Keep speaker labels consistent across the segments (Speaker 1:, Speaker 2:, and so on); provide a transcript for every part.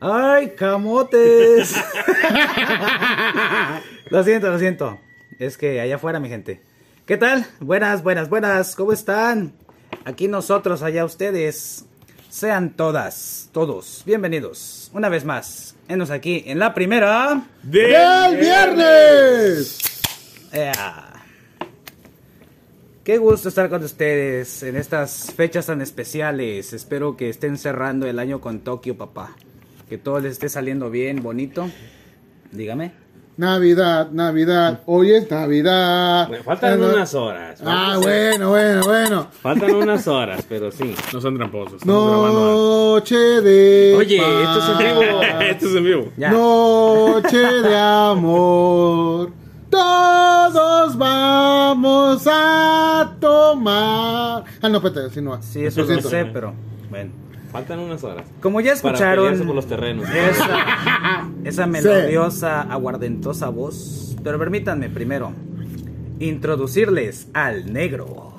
Speaker 1: ¡Ay, camotes! lo siento, lo siento. Es que allá afuera, mi gente. ¿Qué tal? Buenas, buenas, buenas. ¿Cómo están? Aquí nosotros, allá ustedes. Sean todas, todos, bienvenidos. Una vez más, enos aquí en la primera.
Speaker 2: ¡Del viernes!
Speaker 1: Ea. Qué gusto estar con ustedes en estas fechas tan especiales. Espero que estén cerrando el año con Tokio, papá. Que todo les esté saliendo bien, bonito. Dígame.
Speaker 2: Navidad, Navidad, hoy es Navidad.
Speaker 3: Bueno, faltan
Speaker 2: Bueno,
Speaker 3: unas horas.
Speaker 2: Ah,
Speaker 3: faltan-
Speaker 2: bueno, bueno, bueno.
Speaker 3: Faltan unas horas, pero sí.
Speaker 4: No son tramposos. Estamos grabando.
Speaker 2: Noche de.
Speaker 3: Oye,
Speaker 2: paz.
Speaker 3: esto es en vivo.
Speaker 4: Esto es en vivo.
Speaker 1: Ya.
Speaker 2: Noche de amor. Todos vamos a tomar. Ah, no, espérate, si no va.
Speaker 1: Sí, eso
Speaker 2: Lo
Speaker 1: lo
Speaker 2: siento.
Speaker 1: sé, pero bueno.
Speaker 3: Faltan unas horas.
Speaker 1: Como ya
Speaker 3: Para pelearse
Speaker 1: escucharon
Speaker 3: por los terrenos.
Speaker 1: esa, esa melodiosa, aguardentosa voz. Pero permítanme primero introducirles al negro.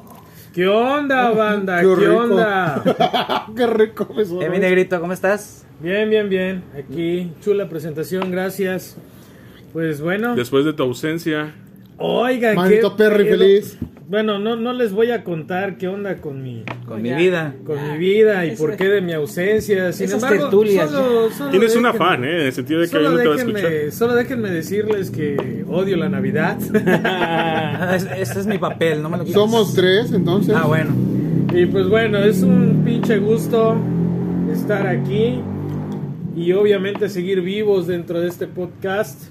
Speaker 4: ¿Qué onda, banda?
Speaker 2: Qué
Speaker 4: ¿Qué,
Speaker 2: rico.
Speaker 4: onda?
Speaker 2: Qué rico me sonó.
Speaker 1: Eh, mi negrito, ¿cómo estás?
Speaker 5: Bien, bien, bien. Aquí, chula presentación, gracias. Pues bueno,
Speaker 4: Después de tu ausencia,
Speaker 5: oiga,
Speaker 2: Manito perro y
Speaker 5: pedo.
Speaker 2: feliz.
Speaker 5: Bueno, no, no les voy a contar qué onda con mi,
Speaker 1: Con mi vida.
Speaker 5: con mi vida y por qué de mi ausencia. Sin
Speaker 6: Ah, esas
Speaker 5: embargo,
Speaker 6: tertulias,
Speaker 5: solo- solo
Speaker 4: tienes un
Speaker 5: déjenme-
Speaker 4: afán, ¿eh? En el sentido de que hoy
Speaker 5: Solo
Speaker 4: no te va a escuchar.
Speaker 5: déjenme, solo déjenme decirles que odio la Navidad.
Speaker 1: Ah, es- Ese es mi papel, no me lo quites.
Speaker 2: Somos tres, entonces.
Speaker 1: Ah, bueno.
Speaker 5: Y pues bueno, es un pinche gusto estar aquí y obviamente seguir vivos dentro de este podcast.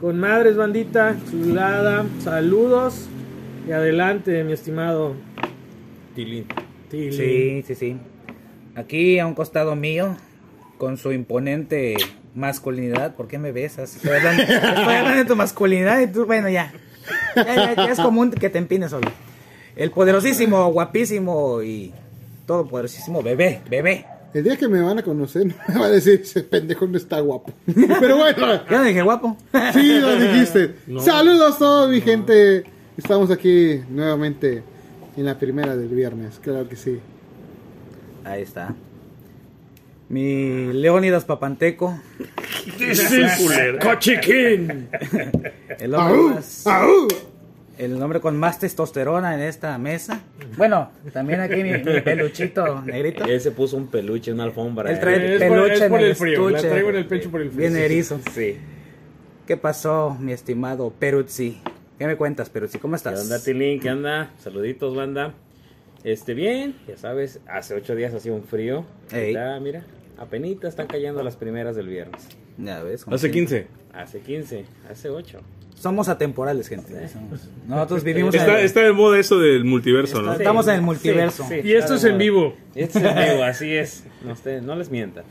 Speaker 5: Con madres, bandita, chulada, saludos y adelante, mi estimado
Speaker 3: Tilín.
Speaker 5: Tilly.
Speaker 1: Sí, sí, sí. Aquí a un costado mío, con su imponente masculinidad. ¿Por qué me besas? Estoy hablando, estoy hablando de tu masculinidad y tú, bueno, ya. Ya, ya, ya es común que te empines solo. El poderosísimo, guapísimo y todopoderosísimo bebé, bebé.
Speaker 2: El día que me van a conocer, me va a decir, ese pendejo no está guapo. Pero bueno,
Speaker 1: Yo no dije guapo.
Speaker 2: sí lo dijiste. Saludos a todos, mi gente. Estamos aquí nuevamente en la primera del viernes, claro que sí.
Speaker 1: Ahí está. Mi Leónidas Papanteco,
Speaker 4: ¡Cochiquín!
Speaker 1: el
Speaker 2: ¡Aú!
Speaker 1: hombre más-
Speaker 2: ¡Aú!
Speaker 1: el hombre con más testosterona en esta mesa. Bueno, también aquí mi, mi peluchito negrito.
Speaker 3: Él se puso un peluche, una alfombra. eh.
Speaker 1: Él trae
Speaker 5: Es por-
Speaker 1: peluche
Speaker 5: es
Speaker 1: en
Speaker 5: por
Speaker 1: el,
Speaker 5: el frío, la
Speaker 1: estuche.
Speaker 5: traigo en el pecho por el frío,
Speaker 1: Bien
Speaker 5: sí, sí.
Speaker 1: erizo.
Speaker 3: Sí.
Speaker 1: ¿Qué pasó, mi estimado Peruzzi? ¿Qué me cuentas, Peruzzi? ¿Cómo
Speaker 3: ¿Qué
Speaker 1: estás?
Speaker 3: onda, Tilín? ¿Qué onda? Saluditos, banda. Este, bien, ya sabes, hace ocho días hacía un frío.
Speaker 1: Ey.
Speaker 3: Está, mira, apenita están cayendo las primeras del viernes.
Speaker 1: Ya ves,
Speaker 4: Hace 15.
Speaker 3: Hace 15, hace 8.
Speaker 1: Somos atemporales, gente. Somos- Nosotros vivimos en
Speaker 4: Está,
Speaker 1: el-
Speaker 4: está de moda eso del multiverso, ¿no?
Speaker 1: Está- Estamos en el multiverso.
Speaker 5: Y esto es en vivo.
Speaker 3: Esto este es en vivo, así es. No, usted- no les mienta.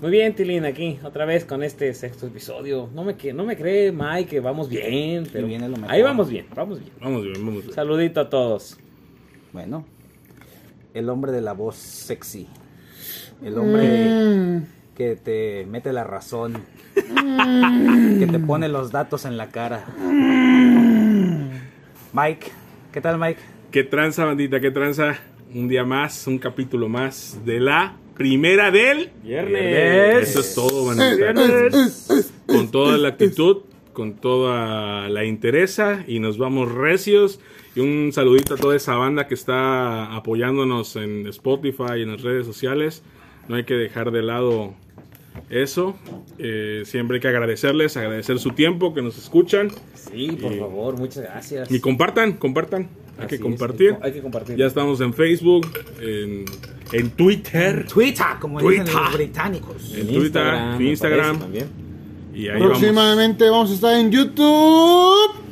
Speaker 3: Muy bien, Tilín, aquí otra vez con este sexto episodio. No me, que- no me cree, Mike, que vamos bien. Pero
Speaker 1: Y viene lo mejor.
Speaker 3: ahí vamos bien, vamos bien.
Speaker 4: Vamos bien, vamos bien.
Speaker 3: Saludito a todos.
Speaker 1: Bueno, el hombre de la voz sexy. El hombre
Speaker 3: Mm.
Speaker 1: que te mete la razón.
Speaker 3: Mm.
Speaker 1: que te pone los datos en la cara.
Speaker 3: Mm.
Speaker 1: Mike, ¿qué tal, Mike?
Speaker 4: ¿Qué tranza, bandita? ¿Qué tranza? Un día más, un capítulo más de la primera del...
Speaker 3: Viernes.
Speaker 4: Eso es todo, bandita. Con toda la actitud, con toda la interesa y nos vamos recios. Y un saludito a toda esa banda que está apoyándonos en Spotify y en las redes sociales. No hay que dejar de lado eso. Eh, siempre hay que agradecerles, agradecer su tiempo, que nos escuchan.
Speaker 3: Sí, por favor, muchas gracias.
Speaker 4: Y compartan, compartan. Hay
Speaker 3: Así
Speaker 4: que
Speaker 3: es,
Speaker 4: compartir.
Speaker 3: Hay que compartir.
Speaker 4: Ya estamos en Facebook, en, en Twitter.
Speaker 1: Twitter, como dicen
Speaker 4: Twitter.
Speaker 1: los británicos.
Speaker 4: En Twitter, en
Speaker 3: me
Speaker 4: Instagram.
Speaker 3: parece también.
Speaker 4: Y ahí vamos.
Speaker 2: Próximamente vamos a estar en YouTube.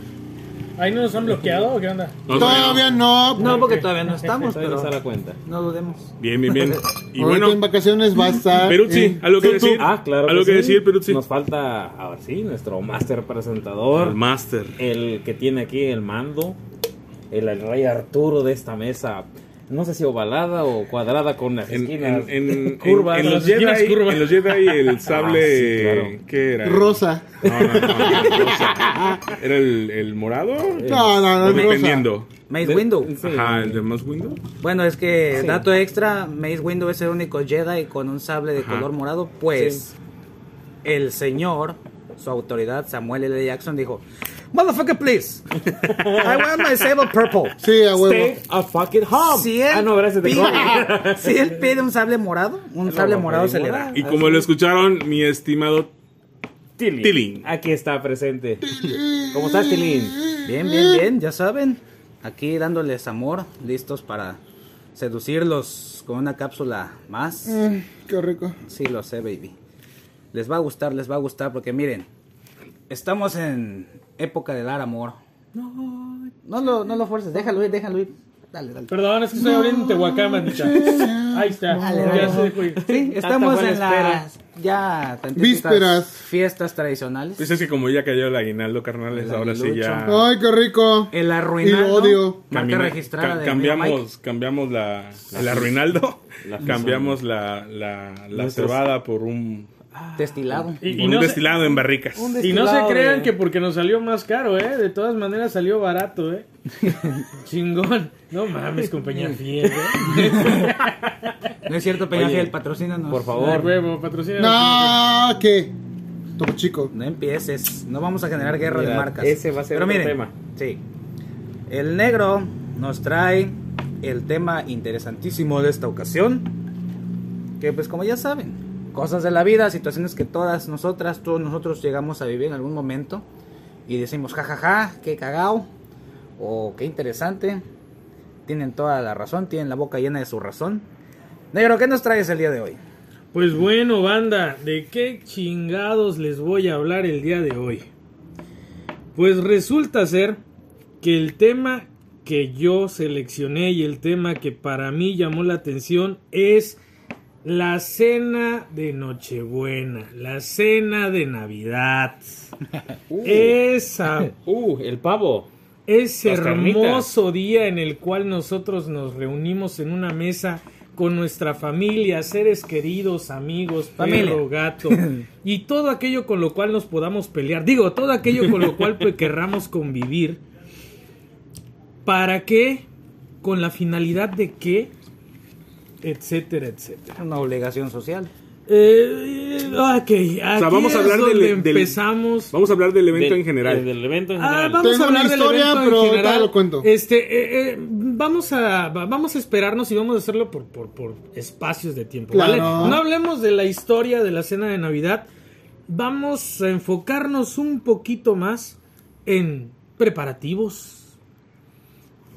Speaker 5: ¿Ahí no nos han bloqueado o qué onda?
Speaker 4: No,
Speaker 2: Todavía no.
Speaker 1: No, porque todavía no estamos,
Speaker 3: Todavía
Speaker 1: pero
Speaker 3: no está la cuenta.
Speaker 1: no dudemos.
Speaker 4: Bien, bien, bien. Y
Speaker 2: Ahorita en
Speaker 4: bueno,
Speaker 2: vacaciones va a estar.
Speaker 4: Peruzzi,
Speaker 2: en
Speaker 4: algo que
Speaker 2: YouTube.
Speaker 4: decir.
Speaker 3: Ah, claro.
Speaker 4: Algo que
Speaker 3: sí.
Speaker 4: decir, Peruzzi.
Speaker 3: Nos falta, ahora sí, nuestro master presentador.
Speaker 4: el máster.
Speaker 3: el que tiene aquí el mando, el, el rey Arturo de esta mesa. No sé si ovalada o cuadrada con las
Speaker 4: En,
Speaker 3: esquinas
Speaker 4: en, en,
Speaker 3: curvas.
Speaker 4: en, en los
Speaker 5: las esquinas
Speaker 4: Jedi,
Speaker 5: curvas.
Speaker 4: en los Jedi el sable.
Speaker 3: Ah, sí, claro.
Speaker 4: ¿Qué era?
Speaker 2: Rosa.
Speaker 4: No, no, no, no, rosa. ¿Era el, el morado?
Speaker 2: No, no,
Speaker 4: O
Speaker 2: no, es rosa.
Speaker 4: Eh, Dependiendo.
Speaker 1: Maze Window.
Speaker 4: Ajá, el de más Windows.
Speaker 1: Bueno, es que dato extra, Mace Windu es el único Jedi con un sable de color morado, pues el señor, su autoridad, Samuel L. Jackson, dijo: Motherfucker, please. I want my sable purple.
Speaker 2: Sí, a huevo.
Speaker 3: Stay a fucking home.
Speaker 1: Si él,
Speaker 3: ah, no, gracias, te Ah,
Speaker 1: pide,
Speaker 3: cobro.
Speaker 1: si él pide un sable morado, un sable morado se le da.
Speaker 3: Ah,
Speaker 4: Y como lo escucharon, mi estimado
Speaker 3: Tilín.
Speaker 4: Tilín.
Speaker 3: Aquí está presente. ¿Cómo estás, Tilín?
Speaker 1: Bien, bien, bien, ya saben. Aquí dándoles amor, listos para seducirlos con una cápsula más.
Speaker 2: Mm, qué rico.
Speaker 1: Sí, lo sé, baby. Les va a gustar, les va a gustar, porque miren, estamos en época de dar amor. No, no lo, no lo fuerces, déjalo ir, déjalo ir. Dale, dale.
Speaker 6: Perdón, es que estoy abriendo en Tehuacán, manita. Ahí está.
Speaker 1: Dale,
Speaker 6: Ya
Speaker 1: dale.
Speaker 6: se dejó ir.
Speaker 1: Sí, estamos
Speaker 3: Hasta
Speaker 1: en
Speaker 3: Juan espera.
Speaker 1: las ya tantitas
Speaker 2: Vísperas.
Speaker 1: fiestas tradicionales.
Speaker 4: Pues es que como ya cayó el aguinaldo, carnales,
Speaker 1: El
Speaker 4: ahora sí
Speaker 1: aguilucho.
Speaker 4: ya.
Speaker 2: Ay, qué rico.
Speaker 1: El arruinado.
Speaker 2: Y lo odio.
Speaker 1: Marca
Speaker 4: Camina-
Speaker 1: registrada
Speaker 4: ca-
Speaker 1: de Mira Mike.
Speaker 4: cambiamos cambiamos la, el arruinaldo cambiamos la, la, la cebada por un,
Speaker 1: Destilado.
Speaker 6: Y-
Speaker 4: por
Speaker 6: y
Speaker 4: un
Speaker 6: no se-
Speaker 4: destilado en barricas
Speaker 6: Y no se
Speaker 3: Destilado,
Speaker 6: crean
Speaker 3: güey.
Speaker 6: que porque nos salió más caro, ¿eh? De todas maneras salió barato, ¿eh? Chingón. No mames, compañía fiel, ¿eh?
Speaker 1: No es cierto, Peña Fiel, patrocínanos.
Speaker 3: Por
Speaker 6: Por
Speaker 3: favor.
Speaker 6: huevo,
Speaker 4: Eh,
Speaker 6: patrocina.
Speaker 2: No, ¿qué? Topo chico.
Speaker 1: No empieces. No vamos a generar guerra de
Speaker 3: Mira,
Speaker 1: marcas.
Speaker 3: ese va a ser
Speaker 1: Pero
Speaker 3: otro
Speaker 1: miren,
Speaker 3: tema.
Speaker 1: Sí. El negro nos trae el tema interesantísimo de esta ocasión. Que pues como ya saben, cosas de la vida, situaciones que todas nosotras, todos nosotros llegamos a vivir en algún momento. Y decimos, jajaja, ja, ja, qué cagao. O qué interesante. Tienen toda la razón, tienen la boca llena de su razón. Negro, ¿qué nos traes el día de hoy?
Speaker 6: Pues bueno, banda, ¿de qué chingados les voy a hablar el día de hoy? Pues resulta ser que el tema que yo seleccioné y el tema que para mí llamó la atención es la cena de Nochebuena, la cena de Navidad. Esa
Speaker 3: Uh, el pavo.
Speaker 6: ese
Speaker 3: Las carnitas.
Speaker 6: hermoso día en el cual nosotros nos reunimos en una mesa con nuestra familia, seres queridos, amigos,
Speaker 1: Familia.
Speaker 6: perro, gato y todo aquello con lo cual nos podamos pelear. Digo, todo aquello con lo cual pues, querramos convivir. ¿Para qué? ¿Con la finalidad de qué? Etcétera, etcétera.
Speaker 1: Una obligación social.
Speaker 6: Eh, ok, aquí
Speaker 4: o sea, vamos a hablar
Speaker 6: es
Speaker 4: del,
Speaker 6: donde
Speaker 4: del-
Speaker 6: empezamos.
Speaker 4: vamos a hablar del evento
Speaker 3: Del-
Speaker 4: en general
Speaker 3: eh, Del evento en
Speaker 6: Ah,
Speaker 3: general.
Speaker 6: vamos
Speaker 2: Tengo
Speaker 6: a hablar
Speaker 2: una
Speaker 6: del
Speaker 2: historia,
Speaker 6: evento en
Speaker 2: pero ahorita
Speaker 6: general.
Speaker 2: lo cuento.
Speaker 6: Este, eh, eh, vamos a va- vamos a esperarnos y vamos a hacerlo por por, por espacios de tiempo. ¿vale?
Speaker 2: Claro.
Speaker 6: No hablemos de la historia de la cena de Navidad. Vamos a enfocarnos un poquito más en preparativos.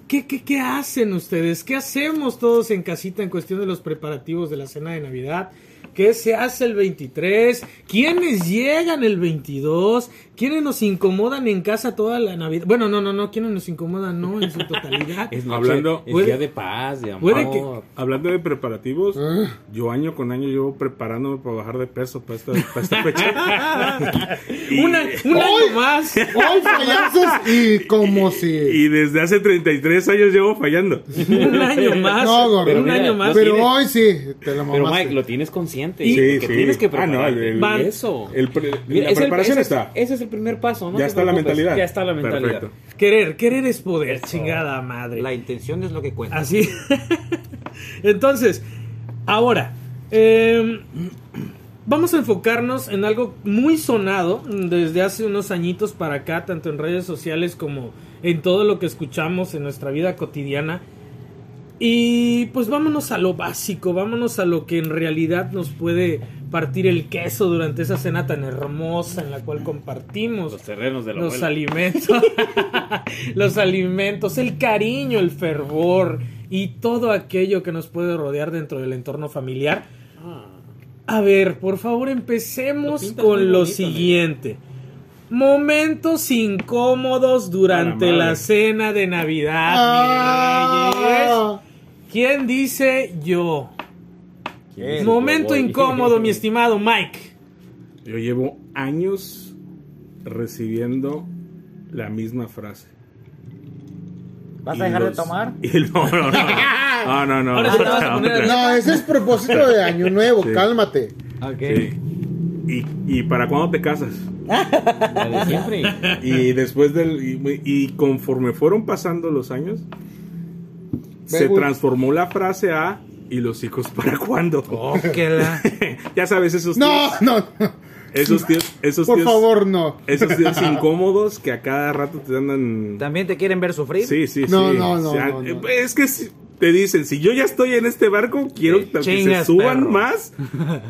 Speaker 6: ¿Qué, qué, qué hacen ustedes? ¿Qué hacemos todos en casita en cuestión de los preparativos de la cena de Navidad? ¿Qué se hace el 23? ¿Quiénes llegan el 22? ¿Quiénes nos incomodan en casa toda la Navidad? Bueno, no, no, no, ¿quiénes nos incomodan? No, en su totalidad.
Speaker 3: Es noche-
Speaker 4: Hablando-
Speaker 3: es
Speaker 6: Puede-
Speaker 3: pues, día de paz, de amor.
Speaker 6: puede que-
Speaker 4: hablando de preparativos
Speaker 2: Ah.
Speaker 4: yo año con año llevo preparándome para bajar de peso para esta, para esta fecha
Speaker 6: Una- un año más.
Speaker 2: Hoy fallazos y como si.
Speaker 4: y desde hace 33 años llevo fallando
Speaker 6: Un año más.
Speaker 2: No, gordo.
Speaker 6: un año más.
Speaker 2: Pero
Speaker 3: tiene-
Speaker 2: hoy sí, te la
Speaker 3: Pero
Speaker 2: mamaste.
Speaker 3: Mike, lo tienes consciente.
Speaker 6: Y-
Speaker 3: porque
Speaker 4: Sí, sí.
Speaker 3: tienes que
Speaker 4: Ah, no,
Speaker 3: prepararte.
Speaker 4: el-
Speaker 6: Van.
Speaker 3: Eso.
Speaker 4: el pre-
Speaker 3: Mira,
Speaker 4: la
Speaker 3: es el-
Speaker 4: preparación
Speaker 3: ese es-
Speaker 4: está
Speaker 3: Ese es el primer paso, ¿no?
Speaker 4: ya
Speaker 3: te
Speaker 4: está la
Speaker 3: preocupes,
Speaker 4: mentalidad
Speaker 3: Ya está la mentalidad.
Speaker 4: perfecto
Speaker 6: Querer, querer es poder, chingada madre.
Speaker 1: La intención es lo que
Speaker 3: Ah,
Speaker 1: cuenta.
Speaker 6: Así. Entonces, ahora, eh, vamos a enfocarnos en algo muy sonado desde hace unos añitos para acá, tanto en redes sociales como en todo lo que escuchamos en nuestra vida cotidiana. Y pues vámonos a lo básico, vámonos a lo que en realidad nos puede partir el queso durante esa cena tan hermosa en la cual compartimos
Speaker 3: Los terrenos de la
Speaker 6: los
Speaker 3: abuela.
Speaker 6: alimentos, los alimentos, el cariño, el fervor y todo aquello que nos puede rodear dentro del entorno familiar. A ver, por favor, empecemos
Speaker 3: Ah. Lo pintas muy
Speaker 6: con lo
Speaker 3: bonito,
Speaker 6: siguiente. Momentos incómodos durante
Speaker 4: A la
Speaker 6: la,
Speaker 4: madre.
Speaker 6: cena de Navidad. mi
Speaker 2: Ah.
Speaker 6: Reyes. ¿Quién dice yo?
Speaker 3: ¿Quién dice
Speaker 6: Momento
Speaker 3: yo voy?
Speaker 6: incómodo, mi estimado Mike.
Speaker 4: Yo llevo años recibiendo la misma frase.
Speaker 1: ¿Vas
Speaker 4: Y
Speaker 1: a dejar de
Speaker 4: los-
Speaker 1: tomar?
Speaker 4: y no, no, no. No, no, no.
Speaker 6: Ahora sí te vas a
Speaker 4: No,
Speaker 6: poner
Speaker 4: hombre.
Speaker 2: No, ese es propósito de año nuevo,
Speaker 4: Sí.
Speaker 2: cálmate.
Speaker 4: Sí. ¿Y, ¿Y para cuándo te casas?
Speaker 3: La de siempre.
Speaker 4: Y después del. Y, y conforme fueron pasando los años, se
Speaker 2: güey.
Speaker 4: transformó la frase a. ¿Y los hijos para cuándo?
Speaker 1: Que la-
Speaker 4: ya sabes, esos
Speaker 2: No,
Speaker 4: tíos-
Speaker 2: no, no.
Speaker 4: Esos tíos, esos
Speaker 2: Por
Speaker 4: tíos-
Speaker 2: favor, no.
Speaker 4: Esos tíos incómodos que a cada rato te andan.
Speaker 1: También te quieren ver sufrir.
Speaker 4: Sí, sí,
Speaker 2: No,
Speaker 4: sí.
Speaker 2: no, no,
Speaker 4: O sea,
Speaker 2: no, no.
Speaker 4: Es que si- te dicen, si yo ya estoy en este barco, quiero
Speaker 1: Te
Speaker 4: que se
Speaker 1: chingas,
Speaker 4: suban
Speaker 1: perro.
Speaker 4: más,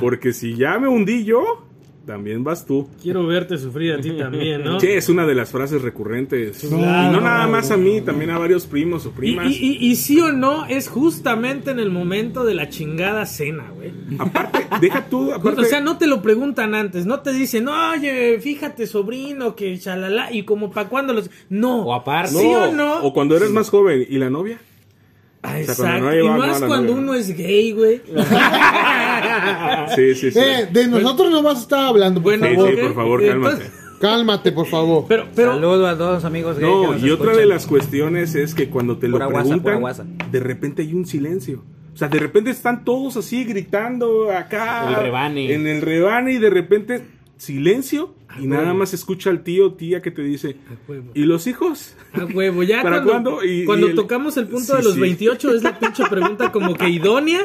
Speaker 4: porque si ya me hundí yo, también vas tú.
Speaker 6: Quiero verte sufrir a ti también, ¿no?
Speaker 4: Che, es una de las frases recurrentes.
Speaker 6: No,
Speaker 4: y no
Speaker 6: no,
Speaker 4: nada
Speaker 6: no,
Speaker 4: más a mí, también a varios primos o
Speaker 6: Y,
Speaker 4: primas.
Speaker 6: y, y- y sí o no, es justamente en el momento de la chingada cena, güey.
Speaker 4: Aparte, deja tú, aparte,
Speaker 6: O sea, no te lo preguntan antes, no te dicen, oye, fíjate, sobrino, que chalala, y como pa' cuándo los. No.
Speaker 1: O aparte.
Speaker 6: ¿Sí
Speaker 4: no,
Speaker 6: o no?
Speaker 4: o cuando eres más joven y la novia.
Speaker 6: Ah,
Speaker 4: sea,
Speaker 6: exacto.
Speaker 4: cuando no
Speaker 6: y
Speaker 4: llevaba
Speaker 6: más
Speaker 4: nada,
Speaker 6: cuando
Speaker 4: ¿no?
Speaker 6: uno es gay, güey. Ah.
Speaker 4: Sí, sí, sí.
Speaker 2: Eh, de nosotros no vas a estar hablando, por
Speaker 6: Bueno,
Speaker 4: Sí,
Speaker 2: favor.
Speaker 4: sí, por favor,
Speaker 6: Entonces-
Speaker 4: cálmate.
Speaker 2: Cálmate, por favor.
Speaker 6: Pero, pero.
Speaker 1: Saludo a todos amigos. gay que
Speaker 4: No,
Speaker 1: nos
Speaker 4: y otra
Speaker 1: escuchan.
Speaker 4: de las cuestiones es que cuando te lo
Speaker 1: Pura guasa, pura
Speaker 4: preguntan,
Speaker 1: guasa.
Speaker 4: de repente hay un silencio. O sea, de repente están todos así gritando acá.
Speaker 3: El rebane.
Speaker 4: En el rebane y de repente silencio y nada más escucha al tío tía que te dice,
Speaker 6: huevo.
Speaker 4: ¿y los hijos?
Speaker 6: A huevo, ya
Speaker 4: ¿Para
Speaker 6: cuando,
Speaker 4: cuándo? Y-
Speaker 6: cuando
Speaker 4: y el-
Speaker 6: tocamos el punto
Speaker 4: Sí,
Speaker 6: de los
Speaker 4: sí.
Speaker 6: 28 es la pinche pregunta como que idónea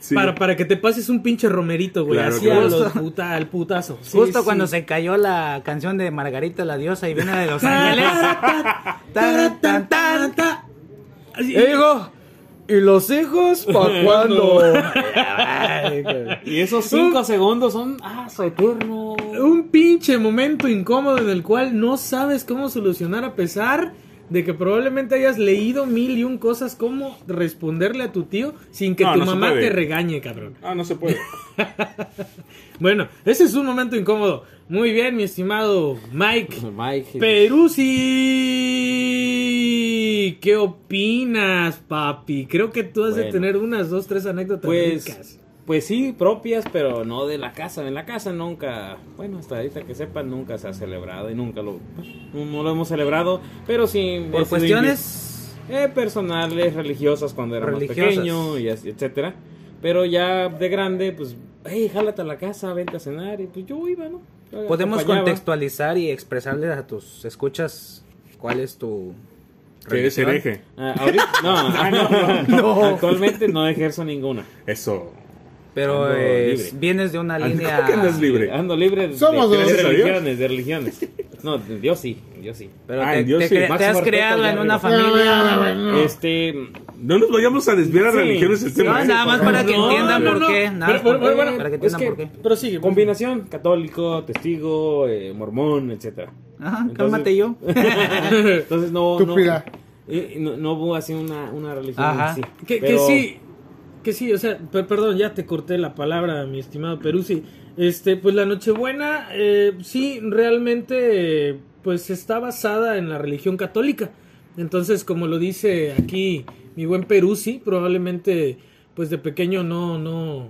Speaker 4: Sí.
Speaker 6: para, para que te pases un pinche romerito, güey,
Speaker 4: Claro,
Speaker 6: así a
Speaker 4: claro.
Speaker 6: los puta- al putazo. Sí,
Speaker 1: Justo
Speaker 6: sí.
Speaker 1: cuando se cayó la canción de Margarita la diosa y viene la de Los
Speaker 6: Ah,
Speaker 1: Ángeles.
Speaker 6: Ta, ta, ta, ta, ta. Así-
Speaker 1: ¿y los hijos para cuándo?
Speaker 3: Y esos cinco segundos son. ¡Ah, su eterno!
Speaker 6: Un pinche momento incómodo en el cual no sabes cómo solucionar a pesar de que probablemente hayas leído mil y un cosas como responderle a tu tío sin que
Speaker 4: No,
Speaker 6: tu
Speaker 4: no se
Speaker 6: mamá
Speaker 4: puede.
Speaker 6: te regañe, cabrón.
Speaker 4: Ah, no se puede.
Speaker 6: Bueno, ese es un momento incómodo. Muy bien, mi estimado Mike.
Speaker 3: Mike.
Speaker 6: Peruzzi, ¿qué opinas, papi? Creo que tú has de
Speaker 3: Bueno.
Speaker 6: tener unas dos, tres anécdotas
Speaker 3: Pues,
Speaker 6: ricas.
Speaker 3: pues sí, propias, pero no de la casa. En la casa nunca, bueno, hasta ahorita que sepan, nunca se ha celebrado y nunca lo, pues, no lo hemos celebrado, pero sí. he
Speaker 1: Por
Speaker 3: sido
Speaker 1: cuestiones.
Speaker 3: invi- eh, personales, religiosas, cuando era más
Speaker 1: Religiosas.
Speaker 3: pequeño, y así, etcétera. Pero ya de grande, pues, hey, jálate a la casa, vente a cenar, y pues yo iba, ¿no? Yo
Speaker 1: Podemos
Speaker 3: acompañaba.
Speaker 1: contextualizar y expresarles a tus escuchas cuál es tu.
Speaker 4: que es
Speaker 1: religión.
Speaker 4: hereje.
Speaker 3: Ah, ahorita- no, ah, no, no. Actualmente no ejerzo ninguna.
Speaker 4: Eso.
Speaker 1: Pero
Speaker 3: Ando
Speaker 1: eh,
Speaker 3: libre.
Speaker 1: vienes de una
Speaker 4: Ando-
Speaker 1: línea.
Speaker 4: Ah, que andas libre.
Speaker 3: Ando libre de,
Speaker 2: Somos
Speaker 3: de,
Speaker 2: dos.
Speaker 3: de
Speaker 4: Gracias a Dios.
Speaker 3: religiones, de religiones. No, de Dios sí, Dios sí.
Speaker 1: Pero
Speaker 4: Ay,
Speaker 1: te,
Speaker 4: Ah, Dios,
Speaker 1: te
Speaker 4: sí,
Speaker 1: cre- te
Speaker 4: máximo
Speaker 1: has
Speaker 3: respeto
Speaker 1: creado
Speaker 3: allá
Speaker 1: en
Speaker 3: arriba.
Speaker 1: una
Speaker 2: No, no,
Speaker 1: familia.
Speaker 2: no, no, no.
Speaker 3: Este,
Speaker 4: No nos vayamos a desviar a
Speaker 3: Sí.
Speaker 4: religiones el
Speaker 3: Sí,
Speaker 4: tema.
Speaker 1: No,
Speaker 4: ¿eh?
Speaker 1: nada más para que
Speaker 6: No,
Speaker 1: entiendan
Speaker 6: no,
Speaker 1: por
Speaker 6: no.
Speaker 1: qué. Nada más
Speaker 6: Pero,
Speaker 1: por
Speaker 6: pero,
Speaker 1: qué,
Speaker 6: pero,
Speaker 1: para que
Speaker 3: es
Speaker 1: entiendan
Speaker 3: que
Speaker 1: por qué.
Speaker 6: Prosigue.
Speaker 3: combinación católico, testigo, eh, mormón, etcétera.
Speaker 1: Ajá,
Speaker 3: Entonces-
Speaker 1: Ah, cálmate yo.
Speaker 3: Entonces no no,
Speaker 2: Estúpida.
Speaker 3: eh, no no hubo así una una religión
Speaker 1: Ajá.
Speaker 3: así.
Speaker 6: Que, que
Speaker 3: Pero-
Speaker 6: sí, que sí, o sea, per- perdón, ya te corté la palabra, mi estimado Peruzzi. Este, pues la Nochebuena, eh, sí, realmente, eh, pues está basada en la religión católica. Entonces, como lo dice aquí mi buen Peruzzi, probablemente, pues de pequeño no, no,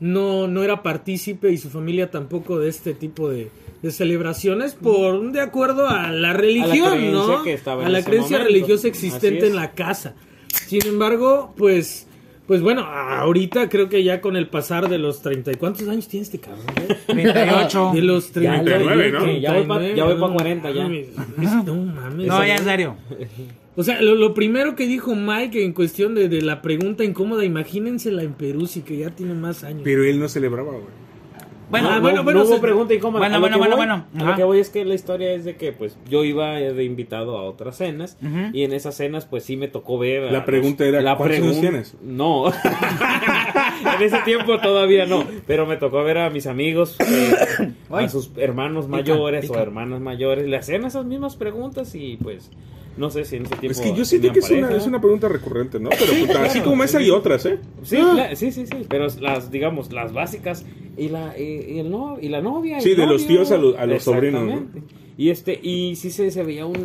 Speaker 6: no, no era partícipe y su familia tampoco de este tipo de, de celebraciones por de acuerdo a la religión,
Speaker 3: creencia
Speaker 6: ¿no?
Speaker 3: que estaba en
Speaker 6: a la
Speaker 3: ese
Speaker 6: creencia
Speaker 3: momento. Así
Speaker 6: religiosa existente
Speaker 3: es.
Speaker 6: en la casa. Sin embargo, pues, pues bueno, ahorita creo que ya con el pasar de los 30 y cuántos años tiene este cabrón. eh?
Speaker 1: 38.
Speaker 6: De los 30
Speaker 4: 39, ¿no?
Speaker 6: Ya voy pa-
Speaker 3: ya voy pa' 40 ya.
Speaker 6: mames, No mames.
Speaker 1: No, ya en serio.
Speaker 6: O sea, lo, lo primero que dijo Mike en cuestión de, de la pregunta incómoda, imagínensela en Perú, sí que ya tiene más años.
Speaker 4: Pero él no celebraba, güey.
Speaker 1: Bueno,
Speaker 6: Ah,
Speaker 3: no,
Speaker 6: bueno,
Speaker 3: no,
Speaker 6: bueno,
Speaker 3: no hubo
Speaker 6: se-
Speaker 3: pregunta incómoda.
Speaker 1: bueno,
Speaker 3: A lo
Speaker 1: bueno,
Speaker 3: que
Speaker 1: bueno,
Speaker 3: voy-
Speaker 1: bueno.
Speaker 3: A lo
Speaker 1: Ajá.
Speaker 3: que voy es que la historia es de que, pues, yo iba de invitado a otras cenas. Y en esas cenas, pues, sí me tocó ver. a
Speaker 4: La
Speaker 3: los-
Speaker 4: pregunta era, ¿cuántos años
Speaker 3: pregun-
Speaker 4: tienes?
Speaker 3: No. en ese tiempo todavía no. Pero me tocó ver a mis amigos, eh, a
Speaker 1: Ay.
Speaker 3: sus hermanos mayores
Speaker 1: pica.
Speaker 3: o hermanas mayores. Le hacían esas mismas preguntas y, pues, no sé si en ese
Speaker 4: Es
Speaker 3: tiempo.
Speaker 4: que yo siento
Speaker 3: tenían
Speaker 4: que es una,
Speaker 3: pareja.
Speaker 4: es una pregunta recurrente, ¿no? Pero puta, así como esa y otras, ¿eh?
Speaker 3: Sí, la- sí, sí, sí, pero las, digamos, las básicas y la, y, y el no, y la novia.
Speaker 4: Sí,
Speaker 3: el
Speaker 4: de los
Speaker 3: novio.
Speaker 4: tíos a lo- a los sobrinos, ¿no?
Speaker 3: Exactamente. Y este, y sí se, se veía un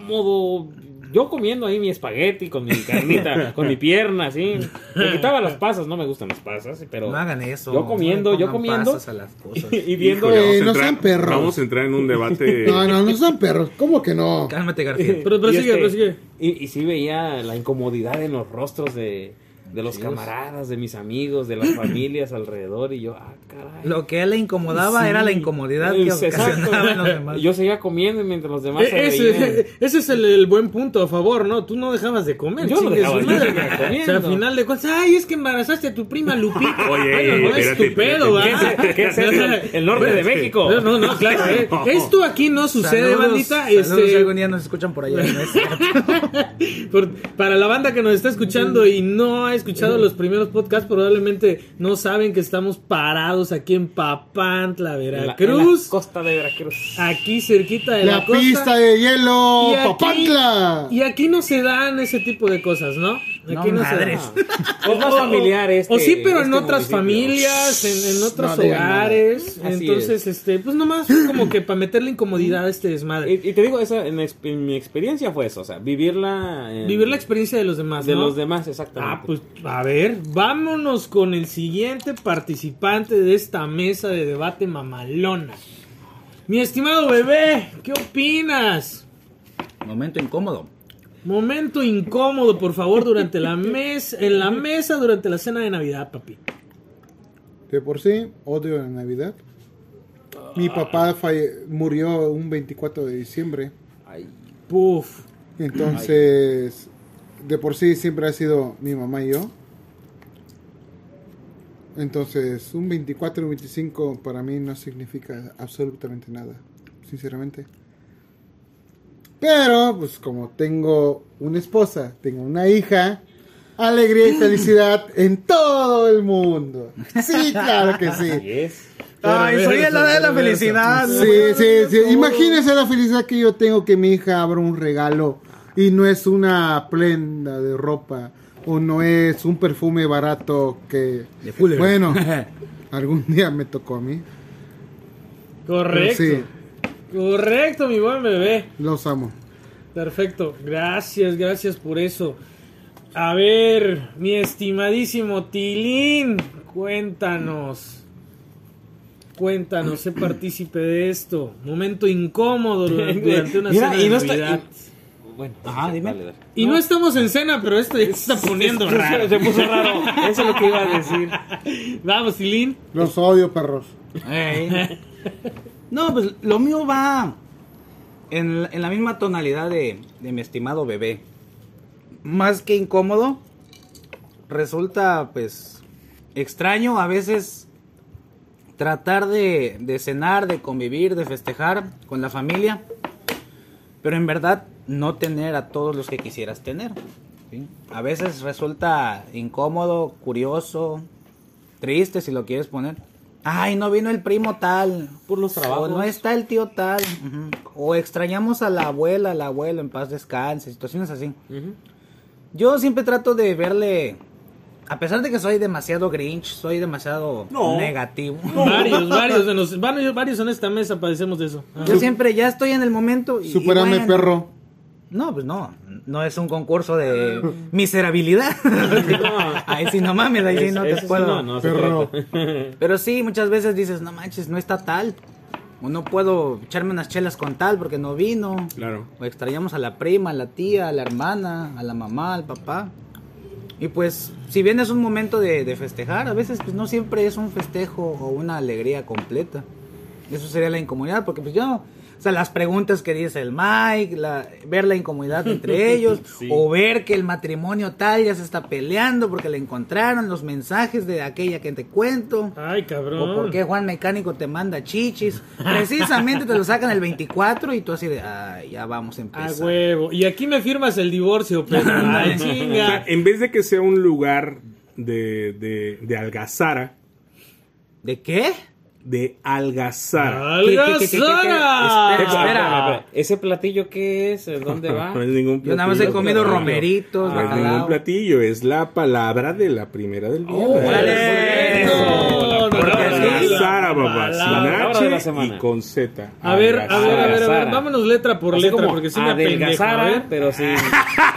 Speaker 3: incómodo, yo comiendo ahí mi espagueti con mi carnita, con mi pierna, así. Me quitaba las pasas, no me gustan las pasas, pero...
Speaker 1: No hagan eso.
Speaker 3: Yo comiendo,
Speaker 1: No le
Speaker 3: yo
Speaker 1: pongan
Speaker 3: comiendo.
Speaker 1: pasas a las cosas.
Speaker 3: Y, viendo...
Speaker 4: Híjole, vamos a
Speaker 2: Eh, no
Speaker 4: entrar-
Speaker 2: sean perros.
Speaker 4: Vamos a entrar en un debate.
Speaker 2: No, no, no sean perros. ¿Cómo que no?
Speaker 1: Cálmate, García.
Speaker 6: Pero- pero
Speaker 3: y este,
Speaker 6: sigue, pero sigue.
Speaker 3: Y, y sí veía la incomodidad en los rostros de, de los camaradas, de mis amigos, de las familias alrededor. Y yo, ah, caray.
Speaker 1: Lo que a él le incomodaba era la incomodidad que
Speaker 3: Es- exacto.
Speaker 1: ocasionaba en los demás.
Speaker 3: Yo seguía comiendo mientras los demás se
Speaker 6: E-
Speaker 3: reían.
Speaker 6: Ese, ese es el, el buen punto a favor, ¿no? Tú no dejabas de comer.
Speaker 3: Yo no
Speaker 6: chingue
Speaker 3: dejaba,
Speaker 6: su
Speaker 3: yo
Speaker 6: madre.
Speaker 3: seguía comiendo.
Speaker 6: O sea, al final de cuentas, ay, es que embarazaste a tu prima Lupita.
Speaker 4: Oye,
Speaker 6: Bueno, no es
Speaker 4: espérate,
Speaker 6: tu pedo,
Speaker 4: espérate.
Speaker 6: ¿verdad?
Speaker 3: ¿Qué es eso? El norte de México.
Speaker 6: No, no, no, claro. eh. Esto aquí no sucede,
Speaker 1: Saludos,
Speaker 6: bandita.
Speaker 1: saludos, si
Speaker 6: este,
Speaker 1: algún día nos escuchan por allá. ¿no? Es cierto.
Speaker 6: Por- para la banda que nos está escuchando y no
Speaker 1: Mm.
Speaker 6: ha escuchado los primeros podcasts, probablemente no saben que estamos parados aquí en Papantla,
Speaker 3: En la- en la
Speaker 6: Veracruz.
Speaker 3: costa de Veracruz.
Speaker 6: aquí cerquita de la,
Speaker 2: La,
Speaker 6: costa.
Speaker 2: pista de hielo,
Speaker 6: Y aquí-
Speaker 2: Papantla.
Speaker 6: Y aquí no se dan ese tipo de cosas, ¿no?
Speaker 1: No,
Speaker 6: Aquí se
Speaker 1: madres.
Speaker 6: dan.
Speaker 3: Es más familiar este-
Speaker 6: O sí, pero en
Speaker 3: este
Speaker 6: otras
Speaker 3: municipio.
Speaker 6: familias, en, en otros
Speaker 2: No digan nada.
Speaker 6: hogares.
Speaker 3: Así
Speaker 6: Entonces, este, pues nomás como que para meterle incomodidad a este desmadre.
Speaker 3: Y, y te digo, esa, en, ex- en mi experiencia fue eso, o sea, vivirla... en-
Speaker 6: Vivir la experiencia de los demás,
Speaker 3: de
Speaker 6: ¿no?
Speaker 3: los demás, exactamente.
Speaker 6: Ah, pues a ver, vámonos con el siguiente participante de esta mesa de debate mamalona. Mi estimado bebé, ¿qué opinas?
Speaker 1: Momento incómodo.
Speaker 6: Momento incómodo, por favor, durante la mesa, en la mesa durante la cena de Navidad, papi.
Speaker 2: De por sí, odio la Navidad. Mi papá falle- murió un 24 de diciembre.
Speaker 3: Ay,
Speaker 6: Puf.
Speaker 2: Entonces, de por sí siempre ha sido mi mamá y yo. Entonces, un 24 un 25 para mí no significa absolutamente nada, sinceramente. Pero, pues como tengo una esposa, tengo una hija, alegría y felicidad en todo el mundo. Sí, claro que sí.
Speaker 3: yes.
Speaker 1: Ay, soy el hada de la felicidad.
Speaker 2: Sí, sí, sí. Imagínense la felicidad que yo tengo que mi hija abra un regalo y no es una prenda de ropa o no es un perfume barato que...
Speaker 1: De Fuller.
Speaker 2: Bueno, algún día me tocó a mí. Pero
Speaker 6: Correcto.
Speaker 2: Sí,
Speaker 6: Correcto, mi buen bebé.
Speaker 2: los amo.
Speaker 6: Perfecto. Gracias, gracias por eso. A ver, mi estimadísimo Tilín, cuéntanos. Cuéntanos, sé partícipe de esto. Momento incómodo dura- durante una
Speaker 3: Mira,
Speaker 6: cena
Speaker 3: y
Speaker 6: de
Speaker 3: no está-
Speaker 6: Navidad.
Speaker 3: y- bueno,
Speaker 1: Ajá, dime.
Speaker 3: dale, dale.
Speaker 6: Y no. estamos en cena, pero esto ya se está poniendo
Speaker 3: Se-
Speaker 6: raro.
Speaker 3: Se puso raro, eso es lo que iba a decir.
Speaker 6: Vamos, Tilín.
Speaker 2: Los odio, perros.
Speaker 1: Ey. No, pues lo mío va en, la- en la misma tonalidad de, de mi estimado bebé. Más que incómodo, resulta pues extraño a veces tratar de, de cenar, de convivir, de festejar con la familia, pero en verdad no tener a todos los que quisieras tener. ¿sí? A veces resulta incómodo, curioso, triste si lo quieres poner. Ay, no vino el primo tal.
Speaker 3: Por los
Speaker 1: O
Speaker 3: trabajos.
Speaker 1: no está el tío tal. Ujú. O extrañamos a la abuela, al abuelo, en paz descanse, situaciones así. Yo siempre trato de verle, a pesar de que soy demasiado grinch, soy demasiado
Speaker 3: No.
Speaker 1: negativo.
Speaker 6: Varios, varios, de nos- varios, varios en esta mesa padecemos de eso. Ah. Ajá.
Speaker 1: Yo siempre ya estoy en el momento. Y,
Speaker 2: Superame,
Speaker 1: y bueno,
Speaker 2: perro.
Speaker 1: No, pues no. No es un concurso de miserabilidad. ahí sí no mames, ahí sí
Speaker 3: Es-
Speaker 1: no te
Speaker 3: eso sí,
Speaker 1: puedo.
Speaker 3: no, no se
Speaker 2: Perro.
Speaker 3: trata.
Speaker 1: Pero sí, muchas veces dices, no manches, no está tal. O no puedo echarme unas chelas con tal porque no vino.
Speaker 4: Claro.
Speaker 1: O extrañamos a la prima, a la tía, a la hermana, a la mamá, al papá. Y pues, si bien es un momento de, de festejar, a veces pues no siempre es un festejo o una alegría completa. Eso sería la incomodidad, porque pues yo, o sea, las preguntas que dice el Mike, la- ver la incomodidad entre ellos, o ver que el matrimonio tal ya se está peleando porque le encontraron los mensajes de aquella que te cuento.
Speaker 6: Ay,
Speaker 1: ¿O
Speaker 6: cabrón.
Speaker 1: por
Speaker 4: Ah.
Speaker 1: qué Juan Mecánico te manda chichis? Precisamente te lo sacan el 24 y tú así de, ay, ya vamos a
Speaker 4: Ah,
Speaker 6: A
Speaker 1: empezar.
Speaker 6: huevo. Y aquí me firmas el divorcio, pero. Ay,
Speaker 4: O sea,
Speaker 6: chinga.
Speaker 4: en vez de que sea un lugar de, de, de algazara,
Speaker 1: ¿De qué?
Speaker 4: de algazara.
Speaker 6: ¡Algazara!
Speaker 1: ¿Qué, qué, qué, qué, qué? Espera,
Speaker 3: Espera,
Speaker 1: espera.
Speaker 3: espera, ¿Ese platillo qué es? ¿Dónde va?
Speaker 4: No es ningún
Speaker 1: Yo nada más he
Speaker 4: platillo,
Speaker 1: comido
Speaker 4: claro.
Speaker 1: romeritos,
Speaker 4: No es ningún
Speaker 1: bacalao.
Speaker 4: platillo, es la palabra de la primera del viernes.
Speaker 1: ¡Órale!
Speaker 6: Eso.
Speaker 4: Porque
Speaker 6: Palabra de la-
Speaker 4: algazara, papá,
Speaker 6: palabra
Speaker 3: de la
Speaker 4: sin H
Speaker 3: semana.
Speaker 4: y con Z.
Speaker 6: A ver, a ver, a ver, a ver,
Speaker 3: Algazara.
Speaker 6: vámonos letra por
Speaker 3: Así
Speaker 6: letra,
Speaker 3: como
Speaker 6: porque si me apendejo, a
Speaker 3: adelgazara,
Speaker 6: ver.
Speaker 3: pero sin...